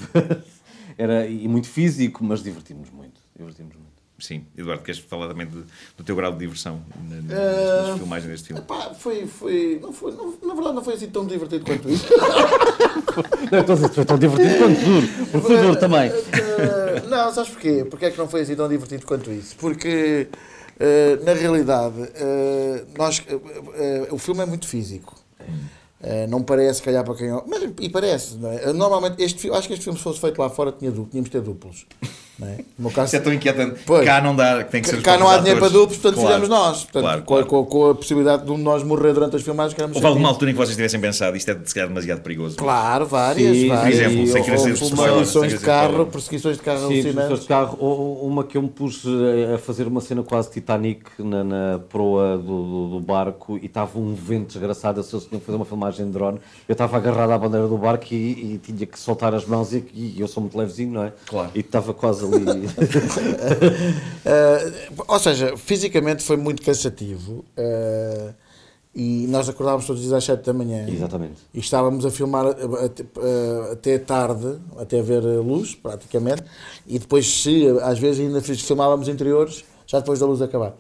S3: [laughs] Era, e muito físico, mas divertimos muito. Divertimos muito.
S1: Sim, Eduardo, queres falar também de- do teu grau de diversão na- na-
S4: Eh,
S1: nas, nas filmagens deste filme?
S4: Pá, foi, foi, não foi, não- na verdade não foi assim tão divertido quanto isso.
S3: Não, eu estou a dizer que foi tão divertido quanto duro, porque foi duro também.
S4: Eh, não, sabes porquê? Porque é que não foi assim tão divertido quanto isso? Porque, eh, na realidade, eh, nós, eh, eh, o filme é muito físico. Uh, não parece, se calhar, para quem. Mas e parece, não é? Normalmente, este, fi- acho que este filme, se fosse feito lá fora, tinha duplo, tínhamos de ter duplos. Não é? No meu
S1: Isso
S4: caso,
S1: é tão inquietante.
S4: Pois.
S1: Cá não dá, tem que ser os
S4: cá não há
S1: próprios
S4: dinheiro para
S1: atores.
S4: duplos, portanto
S1: Claro.
S4: fizemos nós. Portanto, é
S1: Claro,
S4: com, a-
S1: claro.
S4: Com, a- com a possibilidade de um de nós morrer durante as filmagens, queremos
S1: Houve alguma altura em que vocês tivessem pensado isto é se calhar demasiado perigoso.
S4: Claro, várias,
S3: Sim, por
S4: várias.
S1: exemplo, sem
S4: E
S1: querer ser spoiler,
S4: houve
S1: sem
S4: perseguições
S1: querer
S4: de
S1: ser
S4: carro,
S1: spoiler.
S4: perseguições de carro
S3: Sim, professores de
S4: alucinantes.
S3: carro. Ou- ou Uma que eu me pus eh, a fazer uma cena quase Titanic na, na proa do, do- do barco e estava um vento desgraçado. Eu só tinha que fazer uma filmagem de drone. Eu estava agarrado à bandeira do barco e, e tinha que soltar as mãos e, e eu sou muito levezinho, não é?
S1: Claro.
S3: E estava quase ali. [laughs]
S4: Ou seja, fisicamente foi muito cansativo. eh, e nós acordávamos todos os dias às 7 da manhã.
S3: Exatamente.
S4: E estávamos a filmar eh, até, eh, até tarde, até haver eh, luz, praticamente. E depois, se às vezes ainda fiz- filmávamos interiores, já depois da luz acabar.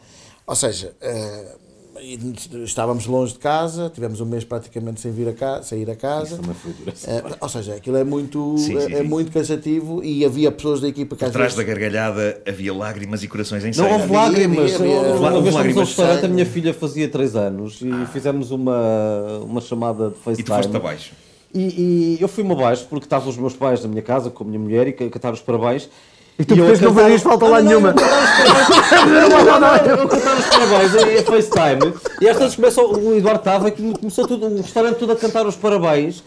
S4: Ou seja, eh, e estávamos longe de casa, tivemos um mês praticamente sem vir a casa, sair a casa.
S3: Isso também foi duro, essa
S4: Eh, ou seja, aquilo é muito,
S1: Sim,
S4: é,
S1: sim,
S4: é
S1: sim.
S4: muito cansativo e havia pessoas da equipa que às
S1: Atrás
S4: vezes...
S1: da gargalhada havia lágrimas e corações em
S3: Não
S1: sangue.
S3: houve
S4: Havia,
S3: lágrimas.
S4: havia, havia.
S3: Uma
S1: Houve
S3: vez fomos ao
S1: lágrimas.
S3: restaurante, a minha filha fazia 3 anos e fizemos uma, uma chamada de FaceTime.
S1: E tu foste abaixo.
S3: E, e eu fui-me abaixo porque estavam os meus pais na minha casa com a minha mulher e ca- cantaram os parabéns. E
S2: tu depois não fazias falta
S3: Ah,
S2: lá nenhuma.
S3: Eu cantava os parabéns em FaceTime e às vezes começa o o Eduardo estava que começou tudo, o restaurante todo a cantar os parabéns.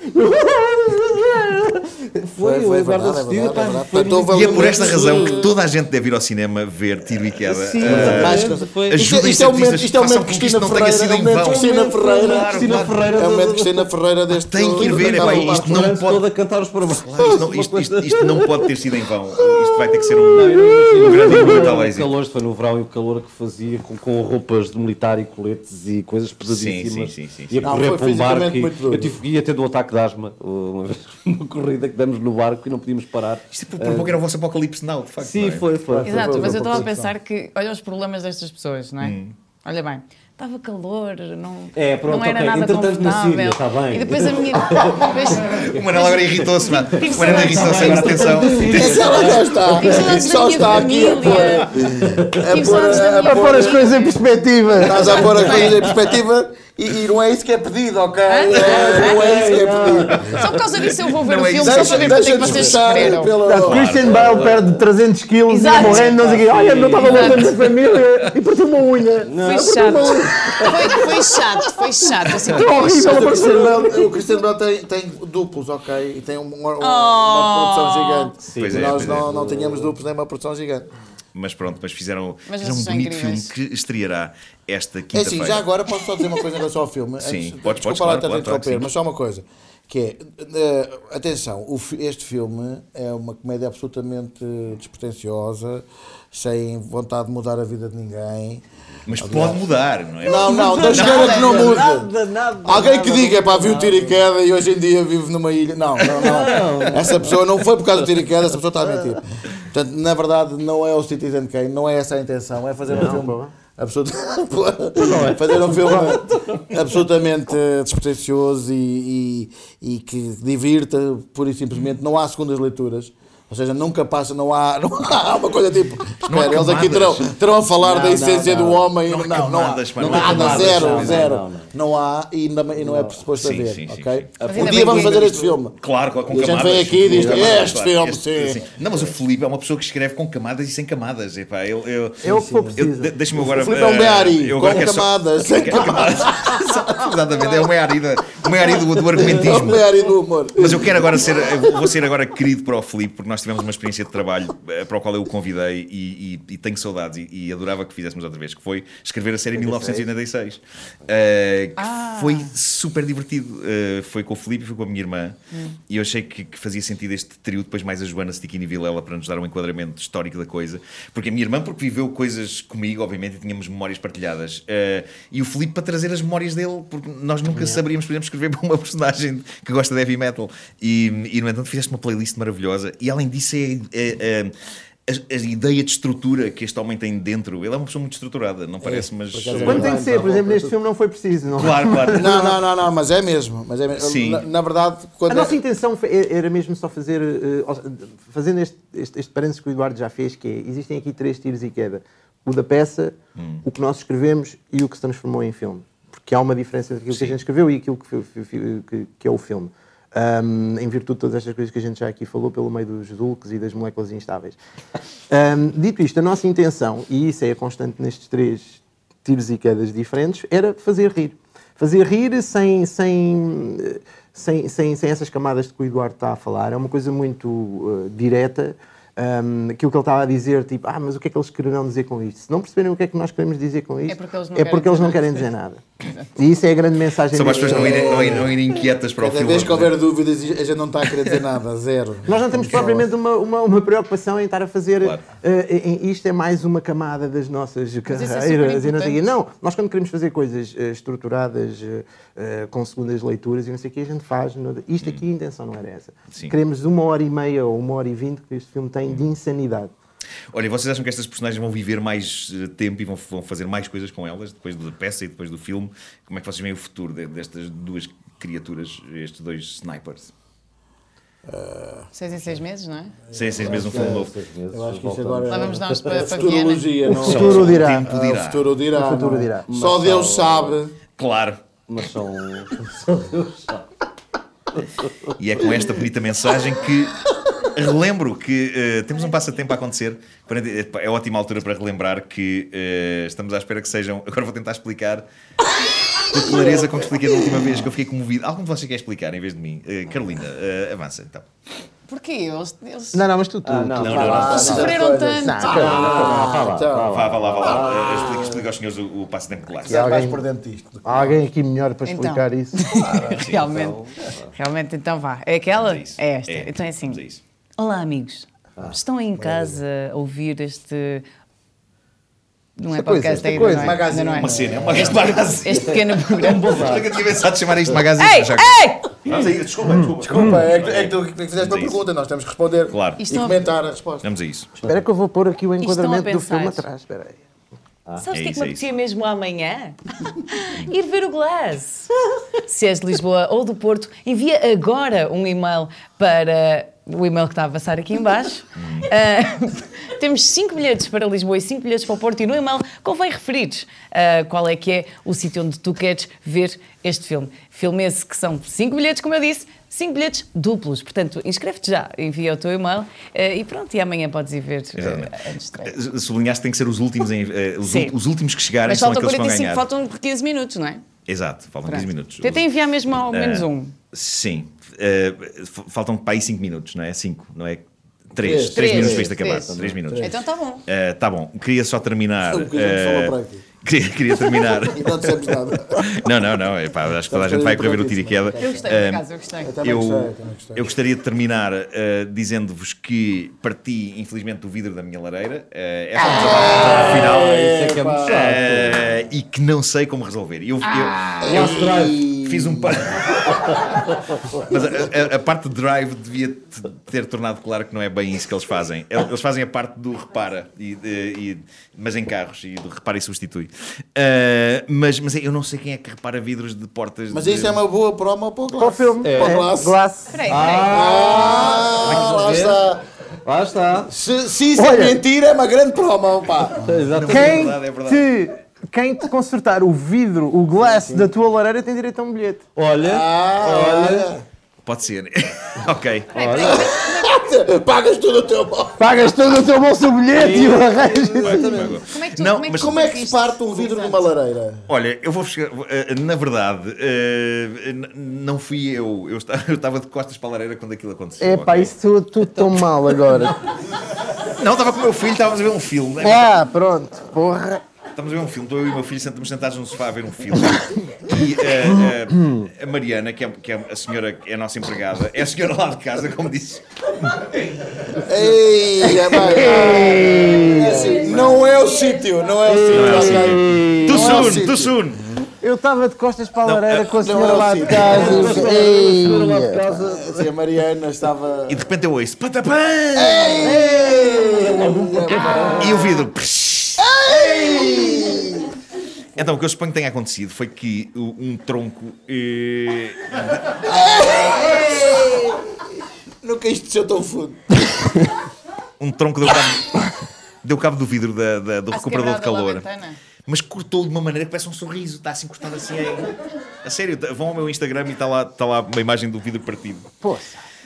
S3: Foi, o
S4: foi
S3: Eduardo
S4: verdade, é
S3: assistiu.
S4: verdade, é
S3: pá,
S4: verdade.
S3: foi
S4: Portanto, houve
S3: muito-
S1: E é por
S4: Valeu
S1: esta
S4: muito.
S1: razão que toda a gente deve ir ao cinema ver Tiro e Queda.
S3: Sim,
S1: Ah,
S3: mas-
S4: Mais
S3: Eh,
S4: cansa-
S3: foi-
S4: Isto,
S1: ajuda
S4: é- isto é o momento
S1: incertistas,
S4: isto é o
S1: façam
S4: momento
S1: com que
S4: Cristina
S1: isto não tenha
S4: Ferreira,
S1: sido
S4: é
S1: em
S4: o momento
S1: vão.
S4: Cristina Ferreira.
S3: Cristina
S1: claro.
S3: Ferreira.
S4: É o momento Cristina Ferreira deste
S1: Tem que ir ver, é
S4: Não,
S1: pá,
S4: não,
S1: isto
S4: não.
S1: não
S3: restaurante todo
S1: pode.
S3: a cantar os parabéns.
S1: Claro, isto, não, isto- isto- isto não pode ter sido em vão. Isto vai ter que ser um, um grande e brutal
S3: O
S1: êxito.
S3: calor, isto foi no verão e o calor que fazia com, com roupas de militar e coletes e coisas pesadíssimas.
S1: Sim, sim, sim, sim,
S3: E
S1: sim.
S3: a
S4: Não,
S3: correr
S4: foi
S3: para um
S4: fisicamente
S3: barco. e-
S4: muito duro.
S3: eu tive que ir até do ataque de asma. [laughs] Uma vez, uma corrida que demos no barco e não podíamos parar.
S1: Isto provocou era o vosso apocalipse now, de facto.
S3: Sim,
S1: não é?
S3: foi, foi. Hum.
S5: Exato,
S4: foi
S5: mas
S4: uma
S5: eu estava a
S4: contradição.
S5: pensar que, olha os problemas destas pessoas, não é? Olha bem, estava calor, não,
S3: É, pronto,
S5: não era
S3: ok.
S5: nada
S3: Entretanto, na
S5: confortável.
S3: Síria, está bem.
S5: E depois
S3: [laughs]
S5: a minha... [laughs] depois-
S1: O Manel agora irritou-se, mano. O Manel
S5: saudades.
S1: irritou-se, agora atenção.
S4: Mas ela já é está.
S5: saudades da
S4: É, Só
S5: minha
S4: está aqui a pôr.
S5: família. Tive
S4: pôr-
S5: saudades da
S4: a
S5: minha
S4: pôr
S2: Pôr Tá as
S5: família.
S2: coisas em perspectiva.
S4: Estás a pôr a coisa em perspectiva e, e não é isso que é pedido, ok? É, não é isso que é pedido.
S5: Só por causa disso eu vou ver
S1: Não
S5: o
S1: é
S5: filme,
S1: isso.
S5: só para ver porque é que
S4: Deixa-nos
S5: vocês
S4: fechar
S5: escolheram.
S2: Portanto,
S4: pela.
S2: Christian Bale perde 300 quilos e ia
S5: Exato.
S2: morrendo, não sei o quê. Olha, não estava longe da minha família e partiu uma unha.
S5: Foi chato. Foi, foi chato, foi chato. Assim,
S2: É horrível
S4: Mas
S2: a
S4: o Christian
S2: partir
S4: Bell, o Christian Bell tem, tem duplos, ok? E tem um- uma, uma produção gigante.
S1: Pois
S4: E
S1: é,
S4: nós
S1: pois é.
S4: não, não tínhamos duplos nem uma produção gigante.
S1: Mas pronto, mas fizeram,
S5: Mas
S1: fizeram um
S5: vocês são
S1: bonito filme
S5: incríveis.
S1: que estreará esta
S4: É assim,
S1: quinta-feira.
S4: já agora posso só dizer uma coisa em relação ao filme.
S1: Sim,
S4: Antes-
S1: podes, podes,
S4: Desculpa lá
S1: claro,
S4: estar a
S1: claro, claro que
S4: interromper,
S1: sim.
S4: mas só uma coisa. Que é, eh, atenção, o fi- este filme é uma comédia absolutamente despretensiosa, sem vontade de mudar a vida de ninguém.
S1: Mas pode mudar, não é?
S4: Não, não, Deus queira que não mude. Alguém que diga, "É pá, viu tiro e queda e hoje em dia vive numa ilha. Não, não,
S1: [laughs]
S4: não. Essa pessoa não foi por causa do tiro e queda, essa pessoa está a mentir. Portanto, na verdade, não é o Citizen Kane, não é essa a intenção, é fazer um filme. Absoluta...
S1: é.
S4: [laughs] fazer um filme absolutamente despretensioso e, e, e que divirta, pura e simplesmente. Não há segundas leituras. Ou seja, nunca passa, não há, [laughs] não há uma coisa tipo.
S1: Não há
S4: espera, eles aqui terão,
S1: camadas.
S4: terão a falar da essência do homem.
S1: Não
S4: Não,
S1: há
S4: não, não há.
S1: camadas, mano.
S4: Não há
S1: Não há
S4: nada,
S1: camadas,
S4: zero,
S1: não, não,
S4: zero.
S3: não, não.
S4: Não há e não, e não é pressuposto
S1: Sim,
S4: haver,
S1: sim, sim,
S4: ok?
S1: sim.
S4: Um dia
S5: ainda bem
S4: vamos
S5: que
S4: fazer
S5: ainda
S4: este filme.
S1: Claro, com
S4: E a gente
S1: camadas.
S4: vem aqui e diz,
S1: Com camadas,
S4: "Este filme, sim."
S1: Não, mas o Felipe é uma pessoa que escreve com camadas e sem camadas. Epá, eu, eu,
S2: É o que for preciso.
S1: de- Deixa-me agora...
S4: O Filipe é um
S1: eh,
S4: Beari,
S1: eu
S4: com
S1: agora quero só-
S4: camadas, sem
S1: quero [laughs] camadas. Exatamente, é uma área, uma área do, do
S4: É o
S1: argumentismo.
S4: melhor e do humor.
S1: Mas eu quero agora ser, eu vou ser agora querido para o Filipe, porque nós tivemos uma experiência de trabalho eh, para o qual eu o convidei e, e- e tenho saudades e, e adorava que fizéssemos outra vez, que foi escrever a série 1986. eh, que
S2: Ah,
S1: foi super divertido. Eh, foi com o Filipe e foi com a minha irmã. E eu achei que, que fazia sentido este trio, depois mais a Joana Stickini Vilela para nos dar um enquadramento histórico da coisa. Porque a minha irmã, porque viveu coisas comigo, obviamente, e tínhamos memórias partilhadas. Eh, e o Filipe para trazer as memórias dele, porque nós nunca saberíamos, por exemplo, escrever para uma personagem que gosta de heavy metal. E, e no entanto, fizeste uma playlist maravilhosa. E além disso, é. é- é- a, a ideia de estrutura que este homem tem dentro, ele é uma pessoa muito estruturada, não parece, mas.
S4: acaso é
S2: Quando tem que ser, por exemplo, neste filme não foi preciso. Não. é?
S1: Claro,
S4: [laughs]
S1: claro.
S4: Não, não, não, não, mas é mesmo. Mas é mesmo.
S1: Sim.
S4: Na, na verdade,
S2: A
S4: quando. é-
S2: nossa intenção foi- é- era mesmo só fazer, eh, ou se- fazendo este, este, este parênteses que o Eduardo já fez, que é, existem Hum. aqui três tiros e queda. O da peça, o que nós escrevemos e o que se transformou em filme. Porque que há uma diferença entre aquilo que a gente escreveu e aquilo que, foi- fi- fi- que- que é o filme. Ahm, em virtude de todas estas coisas que a gente já aqui falou, pelo meio dos zulks e das moléculas instáveis. Ahm, dito isto, a nossa intenção, e isso é a constante nestes três tiros e quedas diferentes, era fazer rir. Fazer rir sem, sem, eh, sem, sem, sem essas camadas de que o Eduardo está a falar. É uma coisa muito eh, direta. Ahm, aquilo que ele estava a dizer, tipo, ah, mas o que é que eles quererão dizer com isto? Se não perceberem o que é que nós queremos dizer com isto,
S5: porque eles não
S2: é
S5: querem
S2: porque eles
S5: dizer nada.
S2: não querem dizer nada. E isso é a grande mensagem.
S1: São para as
S2: deste
S1: pessoas não
S2: filme.
S1: irem, não irem- não irem inquietas para o
S4: Cada
S1: filme.
S4: vez que houver dúvidas, a gente não está a querer dizer nada, [laughs] zero.
S2: Nós não temos propriamente uma, uma, uma preocupação em estar a fazer.
S1: Claro.
S2: eh, em- isto é mais uma camada das nossas
S5: é
S2: carreiras.
S5: super
S2: e não, sei o quê.
S5: importante.
S2: não, nós quando queremos fazer coisas eh, estruturadas, eh, eh, com segundas leituras e não sei o que, a gente faz. no- Isto aqui a intenção não era essa.
S1: Sim.
S2: Queremos uma hora e meia ou uma hora e vinte que este filme tem de insanidade.
S1: Olha, vocês acham que estas personagens vão viver mais eh, tempo e vão, vão fazer mais coisas com elas depois da peça e depois do filme? Como é que vocês veem o futuro de- destas duas criaturas, estes dois snipers?
S5: Seis em seis meses, não é?
S1: Sem seis meses um filme novo.
S4: Eu acho que isto
S5: Lá
S4: agora
S5: vamos nós para, para Viena.
S4: futurologia, não
S2: O futuro dirá.
S1: tempo
S4: Ah,
S1: dirá.
S4: O futuro dirá.
S2: O futuro
S4: não é?
S2: dirá.
S4: Só Deus sabe.
S1: Claro.
S3: Mas são.
S1: E é com esta bonita mensagem que relembro que eh, temos um passatempo a acontecer. É ótima altura para relembrar que eh, estamos à espera que sejam. Agora vou tentar explicar com a clareza como expliquei da última vez, que eu fiquei comovido. Algum de vocês quer explicar em vez de mim? Eh, Carolina, eh, avança então.
S5: Porquê? Eles, eles
S2: Não, não, mas tu, tu,
S3: não,
S2: tu-
S1: não, não, não.
S5: sofreram tanto.
S2: Não,
S3: Vá lá,
S4: Então,
S3: vá lá.
S1: Vá, vá lá, vá lá. Eh, explica, explica aos senhores o, o passatempo clássico.
S4: Está mais
S2: alguém-
S4: por dentro disto.
S2: Há alguém aqui melhor para
S5: Então.
S2: explicar isso?
S5: realmente. Realmente, então vá. É aquela?
S1: É isso.
S5: É esta.
S1: É.
S5: Então é assim.
S1: Vamos a isso.
S5: Olá, amigos. Estão aí em casa a ouvir este. Não é
S2: Esta coisa,
S5: podcast
S2: esta
S5: ainda,
S2: coisa.
S5: não é?
S4: Magazine.
S5: Ainda não é?
S1: Uma cena, é uma magazine. [laughs]
S5: Este é pequeno programa.
S1: Nunca tinha pensado em chamar isto magazine.
S5: ei,
S1: já- Hum,
S5: ei!
S1: Vamos a isso. Desculpa, desculpa.
S4: Desculpa, é que, é que tu que fizeste uma
S1: Diz.
S4: pergunta, nós temos que responder
S1: Claro.
S4: e
S5: Isto não-
S4: comentar a resposta.
S1: Vamos a isso.
S2: Espera que eu vou pôr aqui o
S5: estão a
S2: enquadramento do
S5: pensar.
S2: filme atrás. Espera aí.
S1: É
S5: Sabes o que é que
S1: isso,
S5: me
S1: é
S5: apetecia mesmo amanhã? [laughs] Ir ver o Glass. Se és de Lisboa ou do Porto, envia agora um e-mail para o e-mail que está a passar aqui
S1: [laughs]
S5: em baixo. Ah, [laughs] temos 5 bilhetes para Lisboa e 5 bilhetes para o Porto e no e-mail convém referir ah, qual é que é o sítio onde tu queres ver este filme. Filme esse que são 5 bilhetes, como eu disse, 5 bilhetes duplos. Portanto, inscreve-te já, envia o teu e-mail ah, e pronto, e amanhã podes ir ver
S1: Exatamente.
S5: ah, a estreia.
S1: Eh, Sublinhaste que tem que ser os últimos, em, eh, os,
S5: Sim.
S1: ul- os últimos que chegarem
S5: Mas
S1: são
S5: faltam
S1: aqueles que vão
S5: 45,
S1: ganhar.
S5: faltam 15 minutos, não é?
S1: Exato, faltam
S5: Pronto.
S1: 15 minutos.
S5: Tenta enviar mesmo ao
S1: Eh,
S5: menos um.
S1: Sim. Eh, f- faltam para aí 5 minutos, não é? 5, não é? 3.
S4: Três.
S1: 3 minutos para isto
S5: Três.
S1: acabar.
S5: Três.
S1: 3 minutos.
S5: Então tá bom.
S1: Eh, tá bom. Queria só terminar.
S4: Foi o que a gente
S1: eh,
S4: falou para aqui.
S1: [laughs] Queria, queria terminar. [laughs]
S4: E não dissemos nada.
S1: não, não, não. Epá, acho que toda a gente vai correr o tiro e queda.
S4: é?
S5: Eu gostei,
S1: É.
S5: por acaso, eu gostei.
S6: Então-
S4: Também
S1: eu,
S4: gostei, também gostei.
S1: eu gostaria de terminar eh, dizendo-vos que parti, infelizmente, do vidro da minha lareira. Eh, essa é uma desabafo final.
S3: Ah! Isso é que é muito chato. Ah!
S1: Eh, e que não sei como resolver. Eu, eu- eu fiz um. pa- [laughs] Mas a, a- a parte de drive devia te- ter tornado claro que não é bem isso que eles fazem. El- Eles fazem a parte do repara, e, de- e- mas em carros, e do repara e substitui. Eh, mas, mas eu não sei quem é que repara vidros de portas.
S4: Mas
S1: de...
S4: isso é uma boa promo para o Glass.
S2: Qual filme? É.
S4: Para o Glass.
S2: Glass.
S5: Peraí, peraí.
S4: Ah, lá está.
S3: Lá está.
S4: Se, se isso é mentira, é uma grande promo, pá.
S3: Exato.
S1: É
S2: Quem,
S1: verdade, é verdade.
S2: Te, quem te consertar o vidro, o glass da tua lareira tem direito a um bilhete.
S3: Olha,
S4: Ah, olha.
S1: Pode ser. [laughs] ok.
S4: Pagas tudo o teu mal.
S2: Pagas todo o teu bolso o bilhete e o arranjas.
S5: Como é que tu,
S1: Não,
S5: como é que
S1: mas
S5: tu
S4: Como é que se
S5: conseguiste?
S4: parte um vidro de uma lareira?
S1: Olha, eu vou chegar. eh, Na verdade, eh, n- não fui eu. Eu esta- [laughs] eu estava de costas para a lareira quando aquilo aconteceu.
S2: É pá,
S1: ok?
S2: isso tu- tu tão mal [laughs] agora.
S1: Não, estava com o meu filho, estávamos a ver um filme.
S2: Ah, pronto, porra.
S1: Estamos a ver um filme, estou eu e o meu filho, estamos sentados no sofá a ver um filme. E eh, eh, a Mariana, que é, que é a senhora, que é a nossa empregada, é a senhora lá de casa, como disse.
S4: Ei, é bem. É assim, Não é o sítio, não é o
S1: Não é assim.
S4: sítio.
S1: Too
S4: Não é o
S1: soon,
S4: sítio.
S1: too soon.
S2: Eu estava de costas para a lareira com a
S4: não é
S2: senhora
S4: o
S2: lá de
S4: sítio.
S2: casa.
S4: Não é o sítio.
S2: Ei,
S4: Assim, a Mariana estava.
S1: E de repente eu ouço patapã! E o vidro. psh. Então, o que eu suponho que tenha acontecido foi que o- um tronco. eh,
S4: Nunca isto desceu tão fundo.
S1: um tronco deu cabo, deu cabo do vidro da- da- do
S5: Ah, se
S1: recuperador de
S5: quebrava lá a
S1: calor.
S5: ventana.
S1: mas cortou de uma maneira que parece um sorriso, está assim cortado assim. Aí. A sério, tá- vão ao meu Instagram e está lá, está lá uma imagem do vidro partido.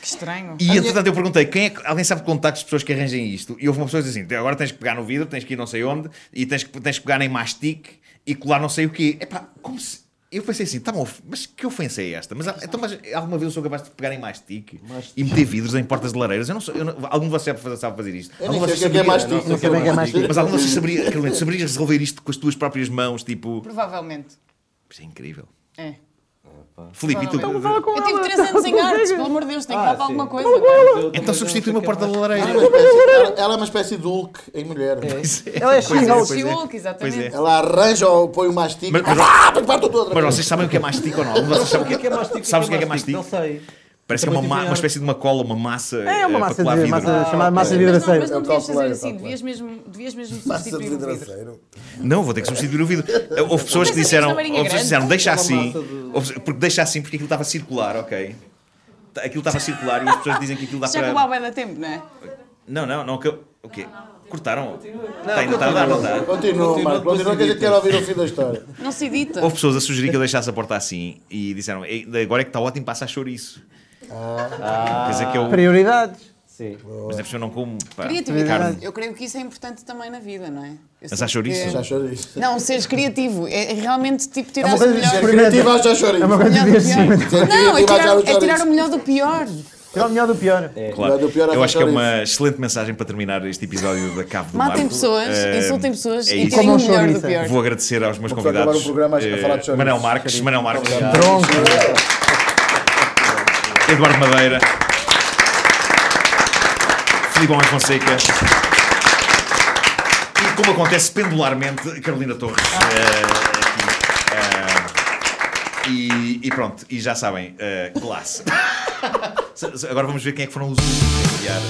S6: Que estranho.
S1: E entretanto eu perguntei: quem é que- alguém sabe contactos de pessoas que arranjem isto? E houve uma pessoa que disse assim: agora tens que pegar no vidro, tens que ir não sei onde, e tens que, tens que pegar em mastique e colar não sei o quê. Epá, como se. Eu pensei assim, tá bom, mas que ofensa é esta? Mas, há- então, mas alguma vez eu sou capaz de pegar em mastique e meter vidros em portas de lareiras? Eu não sou, eu não- algum de vocês sabe sabe fazer isto?
S4: Eu
S1: Algum
S4: nem
S1: de
S4: sei o que é
S1: vocês
S4: que é
S1: sabia?
S4: mais
S1: Não.
S4: tico.
S2: sei bem que é mais
S1: Mas algum de vocês
S4: [laughs]
S1: saberia, Carolina, tu saberias resolver isto com as tuas próprias mãos? Tipo,
S6: Provavelmente.
S1: isso é incrível.
S6: É.
S1: Filipe, e tu?
S6: Eu tive 3 anos em artes, pelo amor de Deus, tenho que
S3: Ah,
S6: lá para
S3: sim.
S6: alguma coisa. pá.
S1: Então substitui uma porta de
S4: Ela é
S1: lareira.
S4: uma espécie- ela- Ela é uma espécie de Hulk em mulher.
S2: Ela é
S1: Pois é,
S2: She-Hulk.
S1: pois é.
S6: She-Hulk, exatamente.
S1: Pois é.
S4: Ela arranja ou põe o mastico.
S1: Mas- mas-
S4: Ah, depois parte tudo outra
S1: Mas
S4: vez.
S1: vocês sabem o que é mastique ou não? Algum de vocês sabe o que é mastique? Sabes o que é que é
S3: Não
S1: mastique?
S3: sei.
S1: Parece que é
S3: Também
S1: uma, ma-
S3: tive
S1: uma espécie de uma cola, uma massa.
S2: É uma
S1: eh,
S2: massa,
S1: para colar
S2: de,
S1: vidro.
S2: massa chamada massa de
S6: Mas não,
S2: vidraceira.
S6: mas não
S4: Eu
S6: devias
S4: calculei,
S6: fazer
S4: eu
S6: assim,
S4: calculei.
S6: devias mesmo, devias mesmo
S4: Massa
S5: Tipo
S6: substituir
S4: Tipo de
S6: o vidro.
S4: vidraceiro.
S1: Não, vou ter que substituir o vidro. Eh, Houve pessoas que
S6: Mas
S1: disseram,
S6: na Marinha
S1: houve pessoas que
S6: Grande. É
S1: disseram deixa
S3: Aquela
S1: assim,
S3: massa de-
S1: Houve- porque deixa assim, porque aquilo estava circular, ok? Tá- Aquilo estava circular e as pessoas dizem que aquilo dá
S6: Já que lá
S1: para.
S6: vai dar tempo, não é?
S1: Não, não, não. que- O quê? Cortaram? Tá, ainda está a dar, não está?
S4: Continua, Marco. Continua que a gente quer ouvir o fim da história.
S6: Não se edita.
S1: Houve pessoas a sugerir que eu deixasse a porta assim e disseram "Ei, agora é que está ótimo, passa a chouriço.
S2: Ah.
S1: Quer dizer que eu.
S2: Prioridades.
S3: Sim.
S1: Mas a pessoa não como. Pá, carne.
S6: Criatividade. Eu creio que isso é importante também na vida, não é? Eu
S1: Mas
S6: sei
S1: há chouriço?
S6: que-
S4: Já chorizo.
S6: Não, seres criativo. É é realmente tipo tirar
S2: uma
S6: o
S2: coisa de
S6: melhor
S4: Ser
S6: do
S2: Experimenta.
S4: criativo aos já chorizo.
S2: É uma coisa de
S6: melhor do
S2: ver
S6: pior. Não, é
S4: criativo, achar o
S6: tirar, é
S4: chouriço.
S6: tirar o melhor do pior.
S2: Tirar o melhor do pior.
S1: Claro.
S4: Mas o pior é
S1: Eu acho que é
S4: fazer
S1: uma excelente mensagem para terminar este episódio da Cave do
S6: Matem
S1: Marco.
S6: pessoas,
S1: Eh,
S6: insultem pessoas
S1: é
S6: e
S1: isso.
S6: tirem
S2: Comam
S6: o melhor do
S2: chouriço.
S6: pior.
S1: Vou agradecer aos meus
S4: Vamos acabar
S1: convidados.
S4: o programa a- a
S1: eh,
S4: falar de chouriço.
S1: Manuel Marques, Manuel Marques,
S2: Tronco.
S1: Eduardo Madeira, Filipe Homem Fonseca. E como acontece pendularmente, Carolina Torres. eh, aqui, eh, e, e pronto, e já sabem, eh, classe. [laughs] Agora vamos ver quem é que foram os últimos a enviar.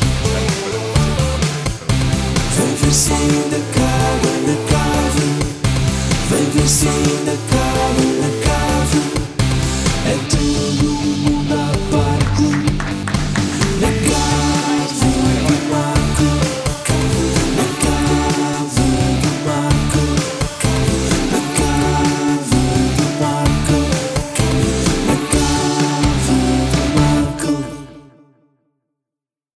S7: Vem ver se ainda cabe na cave. Vem ver se ainda cabe.